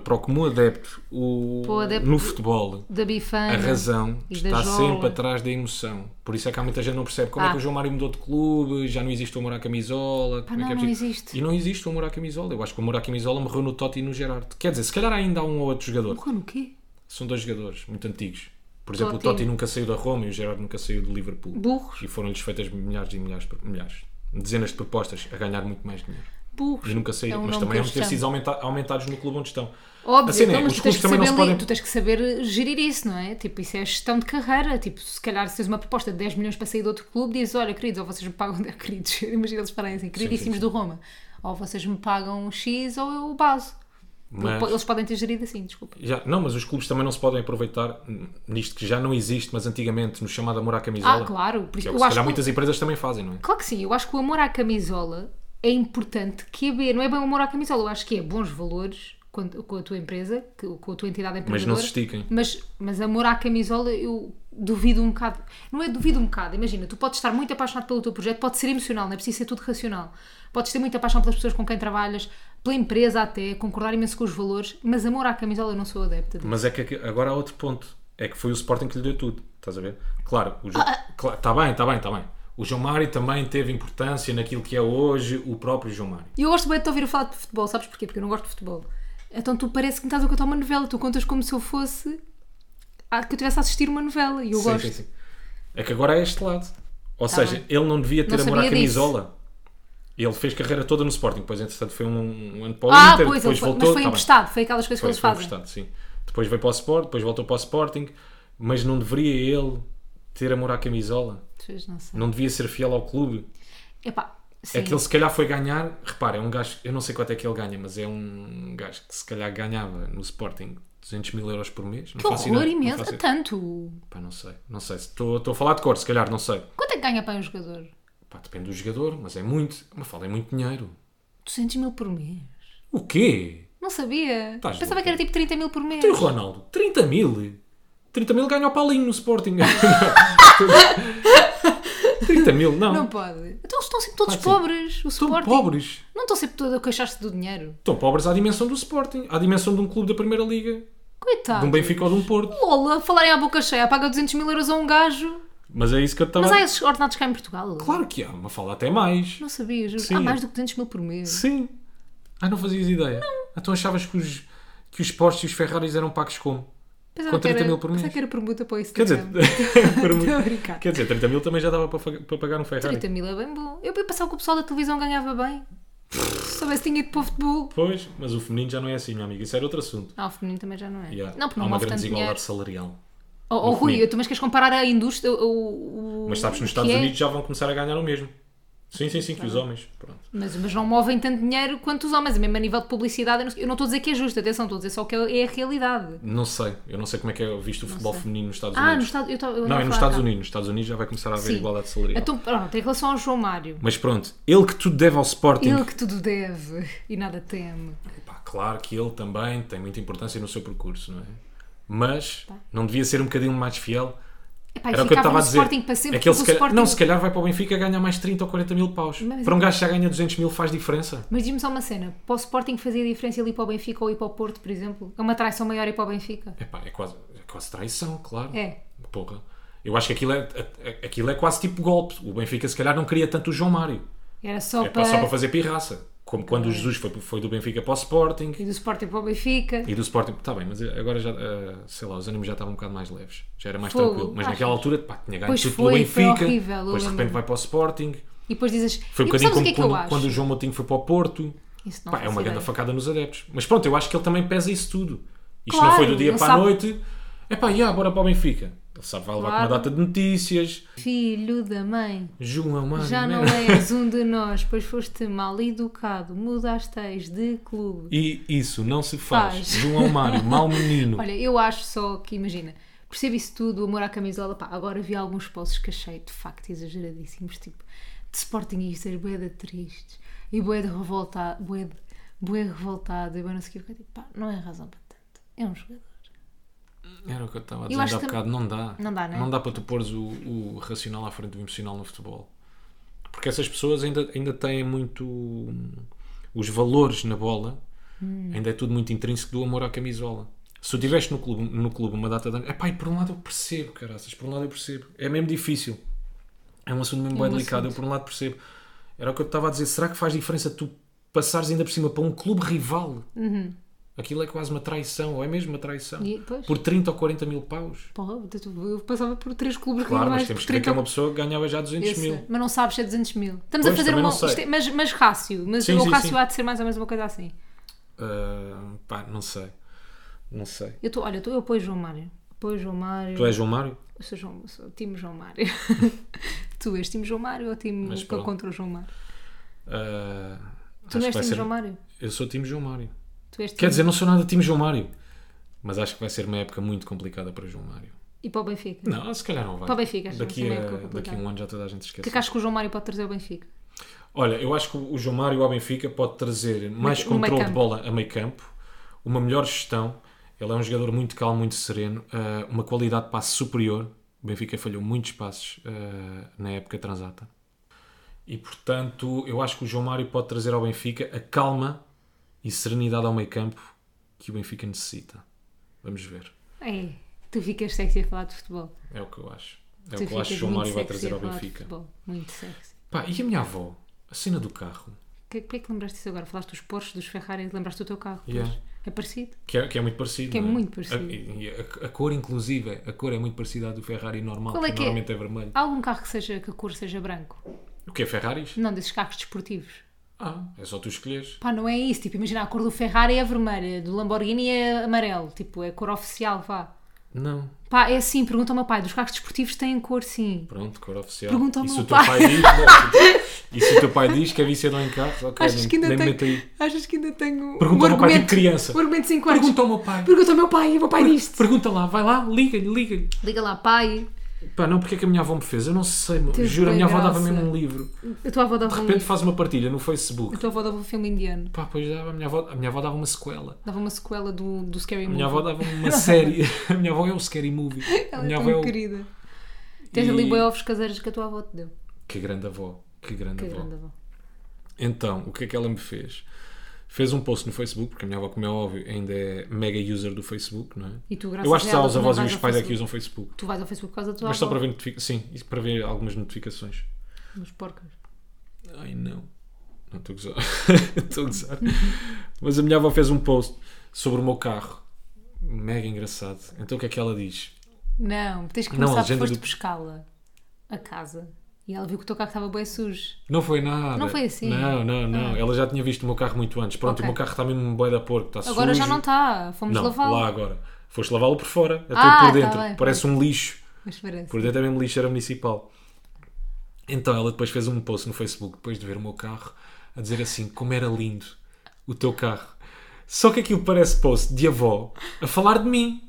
S2: para o comum adepto, o...
S1: Para o adepto-
S2: no futebol,
S1: Da bifana.
S2: a razão
S1: Uhum. e da
S2: está
S1: jola.
S2: sempre atrás da emoção. Por isso é que há muita gente que não percebe como é que
S1: Ah.
S2: o João Mário mudou de clube, já não existe o amor à camisola. como é
S1: não,
S2: que é
S1: não
S2: possível?
S1: existe.
S2: E não existe o amor à camisola. Eu acho que o amor à camisola morreu no Totti e no Gerard. Quer dizer, se calhar ainda há um ou outro jogador.
S1: Morreu no quê?
S2: São dois jogadores muito antigos. Por exemplo,
S1: Totti.
S2: o Totti nunca saiu da Roma e o Gerard nunca saiu do Liverpool.
S1: Burros.
S2: E foram-lhes feitas milhares e milhares, de- milhares, dezenas de propostas a ganhar muito mais dinheiro.
S1: Burros.
S2: E nunca saíram,
S1: É um
S2: mas
S1: nome
S2: também
S1: que
S2: vão
S1: eles
S2: ter
S1: chamam.
S2: sido aumenta- aumentados no clube onde estão.
S1: Óbvio,
S2: A cena é,
S1: então, mas
S2: os
S1: tu, tens
S2: clubes
S1: que saber
S2: também não se
S1: li-
S2: podem-
S1: tu tens que saber eh, gerir isso, não é? Tipo, isso é gestão de carreira. Tipo, se calhar se tens uma proposta de 10 milhões para sair de outro clube, dizes, olha, queridos, ou vocês me pagam, queridos, imagina eles falarem assim, queridíssimos
S2: sim.
S1: do Roma, ou vocês me pagam X ou eu baso.
S2: Mas-
S1: Eles podem ter gerido assim, desculpa.
S2: Já, não, mas os clubes também não se podem aproveitar hum, nisto que já não existe, mas antigamente no chamado amor à camisola.
S1: Ah, claro, por
S2: Que
S1: isso
S2: é o
S1: eu
S2: que se
S1: acho
S2: calhar
S1: que-
S2: muitas empresas também fazem, não é?
S1: Claro que sim, eu acho que o amor à camisola é importante que é bem, não é bem o amor à camisola, eu acho que é bons valores com, com a tua empresa, que- com a tua entidade empreendedora.
S2: se estiquem.
S1: Mas, mas amor à camisola, eu duvido um bocado. Não é duvido um bocado, imagina, tu podes estar muito apaixonado pelo teu projeto, pode ser emocional, não é preciso ser tudo racional. Podes ter muita paixão pelas pessoas com quem trabalhas, pela empresa até, concordar imenso com os valores, mas amor à camisola eu não sou adepta. disso.
S2: Mas é que agora há outro ponto. É que foi o Sporting que lhe deu tudo. Estás a ver? Claro, o João...
S1: Ah,
S2: Claro, está bem, está bem, está bem. O João Mário também teve importância naquilo que é hoje o próprio João Mário.
S1: E eu gosto bem de te ouvir falar de futebol, sabes porquê? Porque eu não gosto de futebol. Então tu parece que me estás a contar uma novela, tu contas como se eu fosse. ah, que eu estivesse a assistir uma novela e eu
S2: Sim,
S1: gosto.
S2: sim, sim. É que agora é este lado. Ou
S1: Tá
S2: seja,
S1: bem.
S2: ele não devia ter
S1: Não
S2: amor à
S1: sabia disso.
S2: camisola. Ele fez carreira toda no Sporting, depois entretanto foi um, um ano para o
S1: Ah,
S2: Inter,
S1: pois, ele
S2: depois
S1: foi,
S2: voltou.
S1: mas foi
S2: tá bem.
S1: emprestado, foi aquelas coisas
S2: Foi,
S1: que eles
S2: foi
S1: fazem.
S2: emprestado, sim. Depois veio para o Sporting, depois voltou para o Sporting, mas não deveria ele ter amor à camisola.
S1: Pois, não sei.
S2: Não devia ser fiel ao clube.
S1: Epá, sim.
S2: Hum. É que ele se calhar foi ganhar, repara, é um gajo, eu não sei quanto é que ele ganha, mas é um gajo que se calhar ganhava no Sporting 200 mil euros por mês. Não
S1: Que
S2: faço
S1: horror
S2: ideia, não
S1: imenso,
S2: faço
S1: é
S2: ideia.
S1: tanto.
S2: Pá, não sei, não sei. se Estou estou a falar de cor, se calhar, não sei.
S1: Quanto é que ganha para um jogador?
S2: Pá, depende do jogador, mas é muito. Mas fala, é muito dinheiro.
S1: 200 mil por mês.
S2: O quê?
S1: Não sabia.
S2: Estás
S1: Pensava
S2: louca.
S1: que era tipo 30 mil por mês.
S2: Tem o Tá, Então, Ronaldo, 30 mil. 30 mil ganha o Paulinho no Sporting. 30 mil, não.
S1: Não pode. Então eles estão sempre todos
S2: Claro que Tá, sim.
S1: pobres. O
S2: Estão
S1: Sporting.
S2: pobres.
S1: Não estão sempre todos a queixar-se do dinheiro.
S2: Estão pobres à dimensão do Sporting, à dimensão de um clube da Primeira Liga,
S1: Coitado.
S2: de um Benfica ou de um Porto.
S1: Lola, falarem à boca cheia, paga 200 mil euros a um gajo.
S2: Mas é isso que eu estava.
S1: Mas há esses ordenados cá em Portugal?
S2: Claro que há, mas fala até mais.
S1: Não sabia, juro.
S2: Sim.
S1: Há mais do que 200 mil por mês.
S2: Sim. Ah, não fazias ideia? Não. Então achavas que os, que os Porsche e os Ferraris eram pagos como?
S1: Pensava
S2: Com
S1: que
S2: 30
S1: era,
S2: mil por mês.
S1: Pensava que era permuta para isso.
S2: Quer dizer, por muito-
S1: Estou a brincar.
S2: quer dizer 30 mil também já dava para, fa- para pagar um Ferrari.
S1: 30 mil é bem bom. Eu pensava que o pessoal da televisão ganhava bem. Se soubesse tinha ido para o futebol.
S2: Pois, mas o feminino já não é assim, minha amiga. Isso era outro assunto.
S1: Ah, o feminino também já não é.
S2: Yeah.
S1: Não, porque
S2: Há
S1: não
S2: uma
S1: move
S2: grande
S1: tanto dinheiro.
S2: desigualdade salarial.
S1: Oh, oh, Rui,
S2: feminino.
S1: tu mas queres comparar a indústria? O, o-
S2: Mas sabes que
S1: o
S2: nos Estados
S1: que é?
S2: Unidos já vão começar a ganhar o mesmo. Sim, sim, sim, que os homens. Pronto.
S1: Mas, mas não movem tanto dinheiro quanto os homens, É mesmo a nível de publicidade. Eu não, eu não estou a dizer que é justo, atenção, estou a dizer só que é, é a realidade.
S2: Não sei. Eu não sei como é que é visto o futebol
S1: sei.
S2: feminino nos Estados
S1: Ah,
S2: Unidos.
S1: nos Estados eu tava- eu
S2: Não,
S1: ia
S2: é nos
S1: falar
S2: Estados
S1: cá.
S2: Unidos. Nos Estados Unidos já vai começar a haver
S1: Sim.
S2: igualdade salarial.
S1: Então, pronto, em relação ao João Mário,
S2: Mas pronto, ele que tudo deve ao Sporting.
S1: ele que tudo deve e nada teme.
S2: Pá, claro que ele também tem muita importância no seu percurso, não é? Mas não devia ser um bocadinho mais fiel.
S1: Epá,
S2: Era
S1: e
S2: o que eu
S1: ficava
S2: estava
S1: no
S2: a dizer.
S1: Sporting Tá. para sempre,
S2: É que ele
S1: porque
S2: se
S1: o
S2: calhar-
S1: Sporting...
S2: Não, se calhar vai para o Benfica ganhar mais 30 ou 40 mil paus.
S1: Mas-
S2: Para um gajo que já ganha 200 mil faz diferença.
S1: Mas diz-me só uma cena, para o Sporting fazia diferença ele ir para o Benfica ou ir para o Porto, por exemplo? É uma traição maior ir para o Benfica?
S2: Epá, é quase, é quase traição, claro.
S1: É.
S2: Porra. Eu acho que aquilo é, a- a- aquilo é quase tipo golpe. O Benfica se calhar não queria tanto o João Mário.
S1: Era só,
S2: É pá,
S1: para...
S2: só para fazer pirraça. Como quando o Jesus foi, foi do Benfica para o Sporting.
S1: E do Sporting para o Benfica?
S2: E do Sporting, está bem, mas agora já, ah, sei lá, os ânimos já estavam um bocado mais leves, já era mais
S1: Fogo,
S2: tranquilo. Mas
S1: achas?
S2: naquela altura, pá, tinha ganho
S1: Pois
S2: tudo
S1: foi,
S2: pelo
S1: foi
S2: Benfica,
S1: horrível, eu
S2: depois de repente
S1: lembro-me.
S2: vai para o Sporting.
S1: E depois dizes...
S2: Foi um
S1: e
S2: bocadinho
S1: sabes o
S2: como
S1: que é que eu
S2: quando,
S1: acho?
S2: quando o João Moutinho foi para o Porto,
S1: Isso não
S2: pá, é
S1: faço
S2: uma grande
S1: ideia.
S2: facada nos adeptos. Mas pronto, eu acho que ele também pesa isso tudo. Isto não
S1: Claro,
S2: foi do dia
S1: ele
S2: para a
S1: sabe-
S2: noite, é pá, yeah, bora para o Benfica. Ele sabe, vai levar com
S1: Claro.
S2: uma data de notícias,
S1: Filho da mãe,
S2: João, é mano,
S1: já não
S2: merda.
S1: és um de nós, pois foste mal educado, mudasteis de clube.
S2: E isso não se faz.
S1: Faz.
S2: João é Mário, mau menino.
S1: Olha, eu acho só que, imagina, percebo isso tudo, o amor à camisola, pá, agora vi alguns posts que achei de facto exageradíssimos, tipo, de sportingistas, bué de tristes, e bué de revoltado, bué de, bué revoltado, e bué não sei o que, tipo, pá, não é razão para tanto, é um jogador.
S2: Era o que eu estava a
S1: Eu
S2: dizer
S1: acho
S2: há
S1: que tam-
S2: bocado, não dá.
S1: Não dá, né?
S2: Não dá para tu pôres o, o racional à frente do emocional no futebol. Porque essas pessoas ainda, ainda têm muito. hum, Os valores na bola,
S1: Hum.
S2: ainda é tudo muito intrínseco do amor à camisola. Se tu tiveste no clube, no clube uma data de. Epá, e por um lado eu percebo, caraças, por um lado eu percebo. É mesmo difícil. É um assunto mesmo
S1: É
S2: bem
S1: um
S2: delicado, eu
S1: assunto.
S2: por um lado percebo. Era o que eu te estava a dizer, será que faz diferença tu passares ainda por cima para um clube rival? Aquilo é quase uma traição, ou é mesmo uma traição?
S1: E, pois,
S2: Por 30 ou 40 mil paus?
S1: porra, eu passava por três clubes
S2: Claro,
S1: rivais
S2: mas temos
S1: por
S2: que ver que é
S1: 30
S2: uma pessoa que ganhava já 200
S1: Eu sei,
S2: mil.
S1: Mas não sabes se é 200 mil. Estamos a
S2: Pois,
S1: fazer
S2: também
S1: uma.
S2: não sei.
S1: isto é- mas, mas rácio. Mas
S2: Sim,
S1: o
S2: sim,
S1: rácio
S2: sim.
S1: há de ser mais ou menos uma coisa assim.
S2: Ah, pá, não sei. Não sei.
S1: Eu tô, olha, eu tô- eu apoio João Mário. Apoio João Mário.
S2: Tu és João Mário?
S1: Eu sou, João, sou time João Mário. tu és time João Mário ou time
S2: Mas
S1: que eu
S2: pronto.
S1: contra o João Mário?
S2: Ah,
S1: Tu
S2: acho
S1: não
S2: que
S1: és time
S2: vai ser-
S1: João Mário?
S2: Eu sou time João Mário.
S1: Tu és time...
S2: Quer dizer, não sou nada time João Mário. Mas acho que vai ser uma época muito complicada para João Mário.
S1: E para o Benfica?
S2: Não, se calhar não vai.
S1: Para o Benfica, acho que vai
S2: daqui
S1: ser uma
S2: a,
S1: época complicada.
S2: daqui a um ano já toda a gente esquece.
S1: O que é que achas que o João Mário pode trazer ao Benfica?
S2: Olha, eu acho que o João Mário ao Benfica pode trazer mais
S1: no
S2: controle de
S1: meio-campo.
S2: bola a meio campo, eh, uma melhor gestão. Ele é um jogador muito calmo, muito sereno, ah, uma qualidade de passe superior, O Benfica falhou muitos passos eh, na época transata. E portanto, eu acho que o João Mário pode trazer ao Benfica a calma e serenidade ao meio-campo que o Benfica necessita. Vamos ver.
S1: Ei, É, tu ficas sexy a falar de futebol.
S2: É o que eu acho. É
S1: tu
S2: o que eu acho que o
S1: ficas
S2: João
S1: muito
S2: Mário vai
S1: sexy
S2: trazer
S1: a
S2: ao
S1: falar de
S2: Benfica.
S1: futebol. Muito sexy.
S2: Pá, e a minha avó? A cena do carro.
S1: Que, porquê é que lembraste isso agora? Falaste dos Porsche, dos Ferrari, lembraste do teu carro. pois.
S2: Yeah.
S1: É parecido.
S2: Que é, que é muito parecido.
S1: Que é
S2: não
S1: muito parecido.
S2: A, e a- a cor, inclusive, a cor é muito parecida à do Ferrari normal,
S1: Qual é
S2: que
S1: que é?
S2: normalmente é vermelho.
S1: Há algum carro que, seja, que a cor seja branco?
S2: O que é Ferraris?
S1: Não, desses carros desportivos.
S2: Ah, é só tu escolheres.
S1: Pá, não é isso. Tipo, imagina, a cor do Ferrari é vermelha, do Lamborghini é amarelo. Tipo, é a cor oficial, vá.
S2: Não.
S1: Pá, é assim, pergunta ao meu pai, dos carros desportivos têm cor, sim.
S2: Pronto, cor oficial.
S1: Pergunta ao
S2: e se
S1: meu
S2: o teu
S1: pai.
S2: pai diz, não, e se o teu pai diz que é viciado em carros, ok,
S1: Achas
S2: nem,
S1: que ainda
S2: nem me
S1: tenho.
S2: mete aí.
S1: Achas que ainda tenho.
S2: Pergunta ao meu pai, tipo criança.
S1: Um argumento de 5 anos.
S2: Pergunta ao meu pai.
S1: Pergunta ao meu pai e o meu pai diz
S2: Pergunta lá, vai lá, liga-lhe, liga-lhe.
S1: Liga lá, pai.
S2: Pá, não, porque é que a minha avó me fez? Eu não sei, meu.
S1: Teve
S2: juro, a
S1: bué
S2: minha avó
S1: graça.
S2: dava mesmo um livro.
S1: A tua avó dava
S2: De
S1: um
S2: repente
S1: livro.
S2: faz uma partilha no
S1: A
S2: Facebook.
S1: tua avó dava um filme indiano.
S2: Pá, pois dava, a minha avó, a minha avó dava uma sequela.
S1: Dava uma sequela do, do Scary
S2: A
S1: Movie.
S2: minha avó dava uma série. A minha avó é um scary movie. A
S1: Ela é
S2: minha
S1: tão
S2: avó é o...
S1: querida. Tens ali
S2: E-
S1: boi ovos caseiros que a tua avó te deu.
S2: Que grande avó. Que grande
S1: Que é
S2: avó.
S1: grande avó.
S2: Então, o que é que ela me fez? Fez um post no Facebook, porque a minha avó, como é óbvio, ainda é mega user do Facebook, não é?
S1: E tu, graças
S2: Eu acho que
S1: a
S2: só
S1: ela,
S2: os
S1: também
S2: avós e
S1: vais
S2: os
S1: ao
S2: pais é que
S1: Facebook.
S2: usam Facebook.
S1: Tu vais ao Facebook por causa da tua
S2: Mas
S1: avó.
S2: só para ver notificações. Sim, isso para ver algumas notificações.
S1: Umas porcas.
S2: Ai não. Não estou a gozar. Estou a gozar. Mas a minha avó fez um post sobre o meu carro. Mega engraçado. Então o que é que ela diz?
S1: Não, tens que
S2: Não, a
S1: começar
S2: legenda
S1: depois de
S2: do-
S1: pescá-la a casa. E ela viu que o teu carro estava bem sujo.
S2: Não foi nada.
S1: Não foi assim?
S2: Não, não, não. Ela já tinha visto o meu carro muito antes. Pronto,
S1: Ok.
S2: o meu carro está mesmo um boi da porco. Está
S1: Agora já
S2: sujo.
S1: não está. Fomos
S2: Não, lá
S1: lavá-lo.
S2: agora. Foste lavá-lo por fora, até
S1: Ah,
S2: por
S1: tá
S2: dentro.
S1: bem,
S2: Parece um lixo.
S1: Mas parece.
S2: Por dentro é mesmo lixeira municipal. Então ela depois fez um post no Facebook, depois de ver o meu carro, a dizer assim: como era lindo o teu carro. Só que aquilo parece post de avó a falar de mim.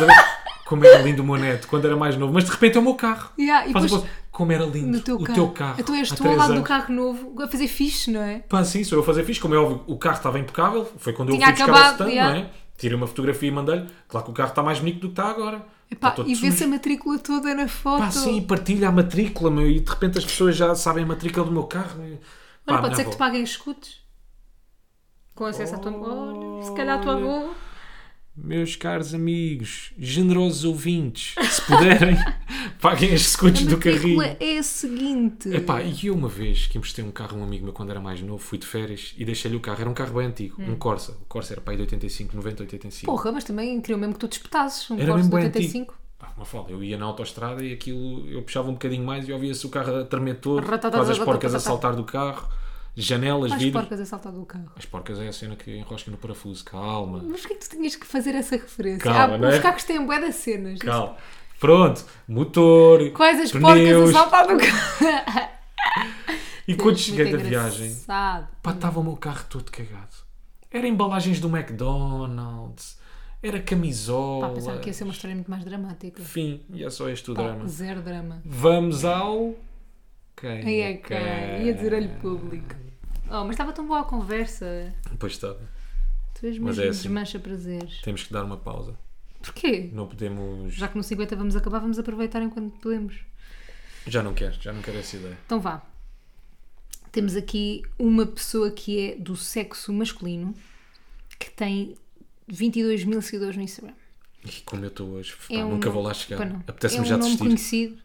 S2: a ver? Como era lindo o meu neto quando era mais novo, mas de repente é o meu carro.
S1: Yeah, e
S2: Faz um
S1: depois-
S2: post, como era lindo
S1: No teu
S2: o
S1: carro.
S2: teu carro.
S1: Então és
S2: há
S1: tu ao
S2: três
S1: lado do
S2: anos."
S1: carro novo a fazer fixe, não é?
S2: Pá, sim, sou eu a fazer fixe. Como é óbvio, o carro estava impecável. Foi quando
S1: Tinha
S2: eu fui buscar
S1: acabado,
S2: o stand,
S1: yeah.
S2: não é? Tirei uma fotografia e mandei-lhe. Claro que o carro está mais bonito do que está agora.
S1: Pá,
S2: está todo
S1: e vê-se
S2: sujo.
S1: a matrícula toda na foto.
S2: Pá, sim, partilha a matrícula, meu. E de repente as pessoas já sabem a matrícula do meu carro. Olha,
S1: Olha, pode ser que te paguem escudos. Com acesso à tua Olha, se calhar a tua avó.
S2: Meus caros amigos, generosos ouvintes, se puderem, paguem as segundos
S1: A
S2: do carrinho.
S1: matrícula é a seguinte.
S2: Epá, e eu uma vez que emprestei um carro a um amigo meu quando era mais novo, fui de férias e deixei-lhe o carro. Era um carro bem antigo,
S1: Hum.
S2: um Corsa. O Corsa era para aí de 85, 90, 85.
S1: Porra, mas também queriam mesmo que tu despetasses um
S2: Era
S1: Porsche
S2: mesmo
S1: de
S2: bem
S1: 85.
S2: Pá, uma fala, eu ia na autoestrada e aquilo eu puxava um bocadinho mais e ouvia-se o carro a tremer todo,
S1: Ratatá,
S2: quase as
S1: ratatá,
S2: porcas a
S1: ratatá.
S2: saltar do carro, janelas,
S1: As
S2: vidros.
S1: porcas a saltar do carro.
S2: As porcas é a cena que enrosca no parafuso, calma.
S1: Mas porquê que tu tinhas que fazer essa referência?
S2: Calma,
S1: Há,
S2: não
S1: Os
S2: é?
S1: carros têm bué das cenas.
S2: Calma. Pronto, motor,
S1: Quais as porcas a
S2: pneus.
S1: saltar do carro?
S2: E quando
S1: Muito
S2: cheguei da
S1: engraçado.
S2: viagem, pá, estava o meu carro todo cagado. Era embalagens do McDonald's, era
S1: Pá,
S2: camisola.
S1: pensava que ia ser uma história muito mais dramática.
S2: Fim, e é só este o
S1: Pá,
S2: drama.
S1: Zero drama.
S2: Vamos ao. Quem
S1: Ai, é que ia dizer olho público. Oh, mas estava tão boa a conversa.
S2: Pois tá. estava.
S1: Tu és
S2: Mas
S1: mesmo
S2: é assim.
S1: desmancha prazeres.
S2: Temos que dar uma pausa.
S1: Porquê?
S2: Não podemos.
S1: Já que no 50 vamos acabar, vamos aproveitar enquanto podemos.
S2: Já não quero, já não quero essa ideia.
S1: Então vá. Temos aqui uma pessoa que é do sexo masculino que tem 22 mil seguidores no Instagram.
S2: E como eu estou hoje, pá,
S1: É um
S2: nunca vou
S1: nome-
S2: lá chegar.
S1: pá, não.
S2: Apetece-me
S1: é
S2: já
S1: um nome
S2: desistir.
S1: conhecido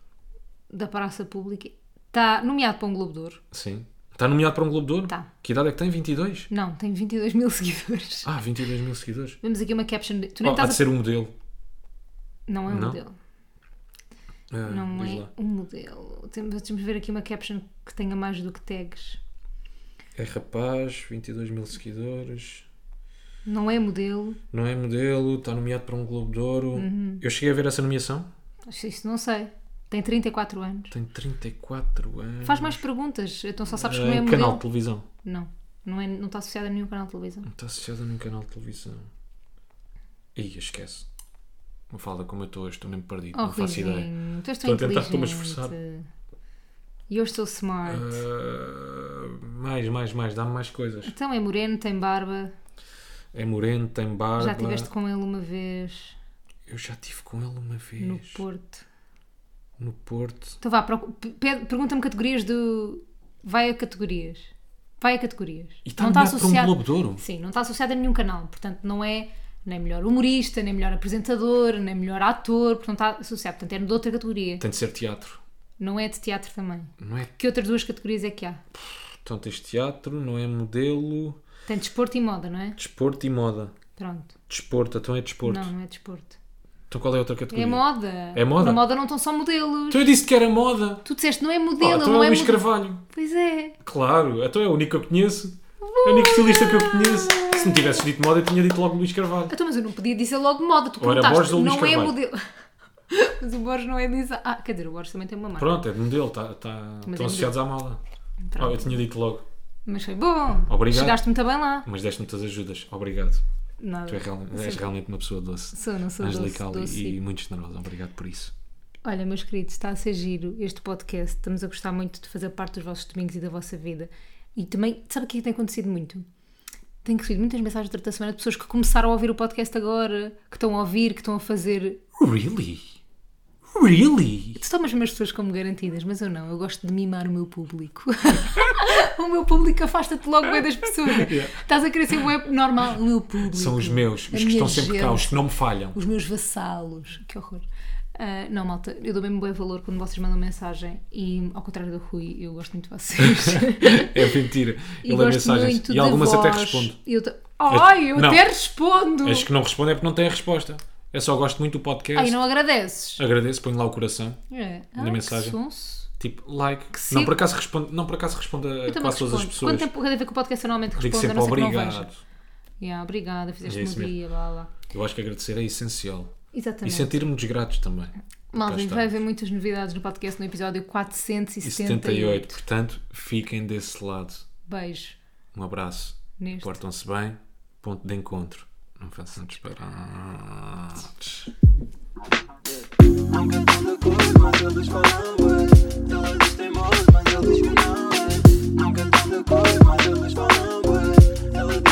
S1: da praça pública. Está nomeado para um Globo de Ouro.
S2: Sim. Está nomeado para um Globo de Ouro?
S1: Tá.
S2: Que idade é que tem? 22?
S1: Não, tem 22 mil seguidores.
S2: Ah, 22 mil seguidores.
S1: Vemos aqui uma caption. de- Tu
S2: Oh,
S1: nem
S2: há de
S1: estás a...
S2: ser um modelo.
S1: Não é um
S2: Não?
S1: modelo.
S2: Ah,
S1: Não
S2: diz
S1: é
S2: lá.
S1: um modelo. Temos, temos de ver aqui uma caption que tenha mais do que tags.
S2: É rapaz, 22 mil seguidores.
S1: Não é modelo.
S2: Não é modelo, está nomeado para um Globo de Ouro.
S1: Uhum.
S2: Eu cheguei a ver essa nomeação.
S1: Acho Isso não sei. Tem 34 anos.
S2: Tenho 34 anos.
S1: Faz mais perguntas, então só sabes que não
S2: Ah,
S1: é
S2: em
S1: modelo.
S2: canal de televisão.
S1: Não, não, é, não está associado a nenhum canal de televisão.
S2: Está associada num canal de televisão. Ih, esquece. Uma fala como eu estou hoje, estou mesmo perdido.
S1: Oh,
S2: não faço ideia.
S1: Ruizinho, tu és
S2: Estou a tentar,
S1: estou
S2: estou-me a esforçar. Eh,
S1: E eu estou smart.
S2: Ah, mais, mais, mais, dá-me mais coisas.
S1: Então é moreno, tem barba.
S2: É moreno, tem barba.
S1: Já estiveste com ele uma vez
S2: Eu já estive com ele uma vez.
S1: no Porto.
S2: No Porto.
S1: Então vá, procu- pe- pede- pergunta-me categorias do. Vai a categorias. Vai a categorias.
S2: E está nomeado para um Globo de Ouro.
S1: Sim, não está associado a nenhum canal. Portanto, não é nem melhor humorista, nem melhor apresentador, nem melhor ator. Portanto, está associado. Portanto, é de outra categoria.
S2: Tem de ser teatro.
S1: Não é de teatro também.
S2: Não é?
S1: Que outras duas categorias é que há?
S2: Então tens teatro, não é modelo,
S1: Tem desporto e moda, não é?
S2: desporto e moda.
S1: Pronto.
S2: Desporto, então é desporto.
S1: Não, não é desporto.
S2: Então qual é a outra categoria?
S1: É moda.
S2: É moda?
S1: Na moda não estão só modelos.
S2: Então eu disse que era moda.
S1: Tu disseste não é
S2: Ah,
S1: modelo,
S2: então
S1: não
S2: é
S1: é
S2: Luís
S1: modelo.
S2: Carvalho.
S1: Pois é.
S2: Claro, então é o único que eu conheço. É o único estilista que eu conheço. Se me tivesses dito moda, eu tinha dito logo Luís Carvalho.
S1: Então, mas eu não podia dizer logo moda. Tu
S2: Ou era Borges
S1: perguntaste,
S2: ou Luís
S1: não é
S2: Carvalho?
S1: modelo. mas o Borges não é design. Ah, quer dizer, o Borges também tem uma marca.
S2: Pronto, é de modelo, tá, tá,
S1: Mas
S2: estão
S1: é
S2: associados à moda.
S1: Pronto.
S2: Ah, eu tinha dito logo,
S1: Mas foi bom.
S2: Obrigado.
S1: Chegaste muito bem lá.
S2: mas deste-me todas as ajudas. Obrigado.
S1: Nada.
S2: Tu és, real- és
S1: Sim.
S2: realmente uma pessoa doce,
S1: Sou, não sou
S2: angelical
S1: doce, doce.
S2: e, e muito generosa. Obrigado por isso.
S1: Olha, meus queridos, está a ser giro este podcast. Estamos a gostar muito de fazer parte dos vossos domingos e da vossa vida. E também, sabe o que é que tem acontecido muito? Tem recebido muitas mensagens durante a semana de pessoas que começaram a ouvir o podcast agora, que estão a ouvir, que estão a fazer.
S2: Really? Really?
S1: Tu tomas umas pessoas como garantidas, mas eu não, eu gosto de mimar o meu público. o meu público afasta-te logo bem das pessoas. Estás a querer ser web normal, o meu público.
S2: São os meus, os
S1: a
S2: que
S1: minha
S2: estão sempre cá,
S1: gente.
S2: os que não me falham.
S1: os meus vassalos. Que horror. Ah, não, malta, eu dou mesmo bom valor quando vocês mandam mensagem e, ao contrário do Rui, eu gosto muito de vocês.
S2: É mentira.
S1: E
S2: Eu leio
S1: gosto
S2: mensagens
S1: muito
S2: e
S1: da
S2: algumas até
S1: voz.
S2: respondo. É-
S1: Eu ta- Ai, eu
S2: Não.
S1: até respondo!
S2: As que não respondem é porque não têm a resposta. Eu só gosto muito do podcast.
S1: Ai, não agradeces.
S2: Agradeço, ponho lá o coração.
S1: É.
S2: Na
S1: Ai,
S2: mensagem.
S1: Que sonso.
S2: Tipo, like.
S1: seco.
S2: Não por, acaso respondo, não por acaso respondo a
S1: Eu também
S2: quase todas
S1: respondo.
S2: as
S1: Quanto
S2: pessoas.
S1: tempo cada vez que o podcast eu normalmente
S2: Digo
S1: respondo? a
S2: sempre
S1: não ser que não veja.
S2: obrigado.
S1: Yeah, obrigada, fizeste
S2: É
S1: um
S2: isso mesmo.
S1: dia, blá blá.
S2: Eu acho que agradecer é essencial. E
S1: Exatamente.
S2: sentir-me-nos gratos também. Cá
S1: Malta,
S2: está.
S1: vai haver muitas novidades no podcast no episódio
S2: E
S1: 478.
S2: 78. Portanto, fiquem desse lado.
S1: Beijo.
S2: Um abraço.
S1: Neste.
S2: Portam-se bem. Ponto de encontro. Não me façam disparar.
S3: Não cantando cores, mas eles falam bué. Eles têm mas eles que não é. Não cantando cores, mas eles falam bué. Eles então,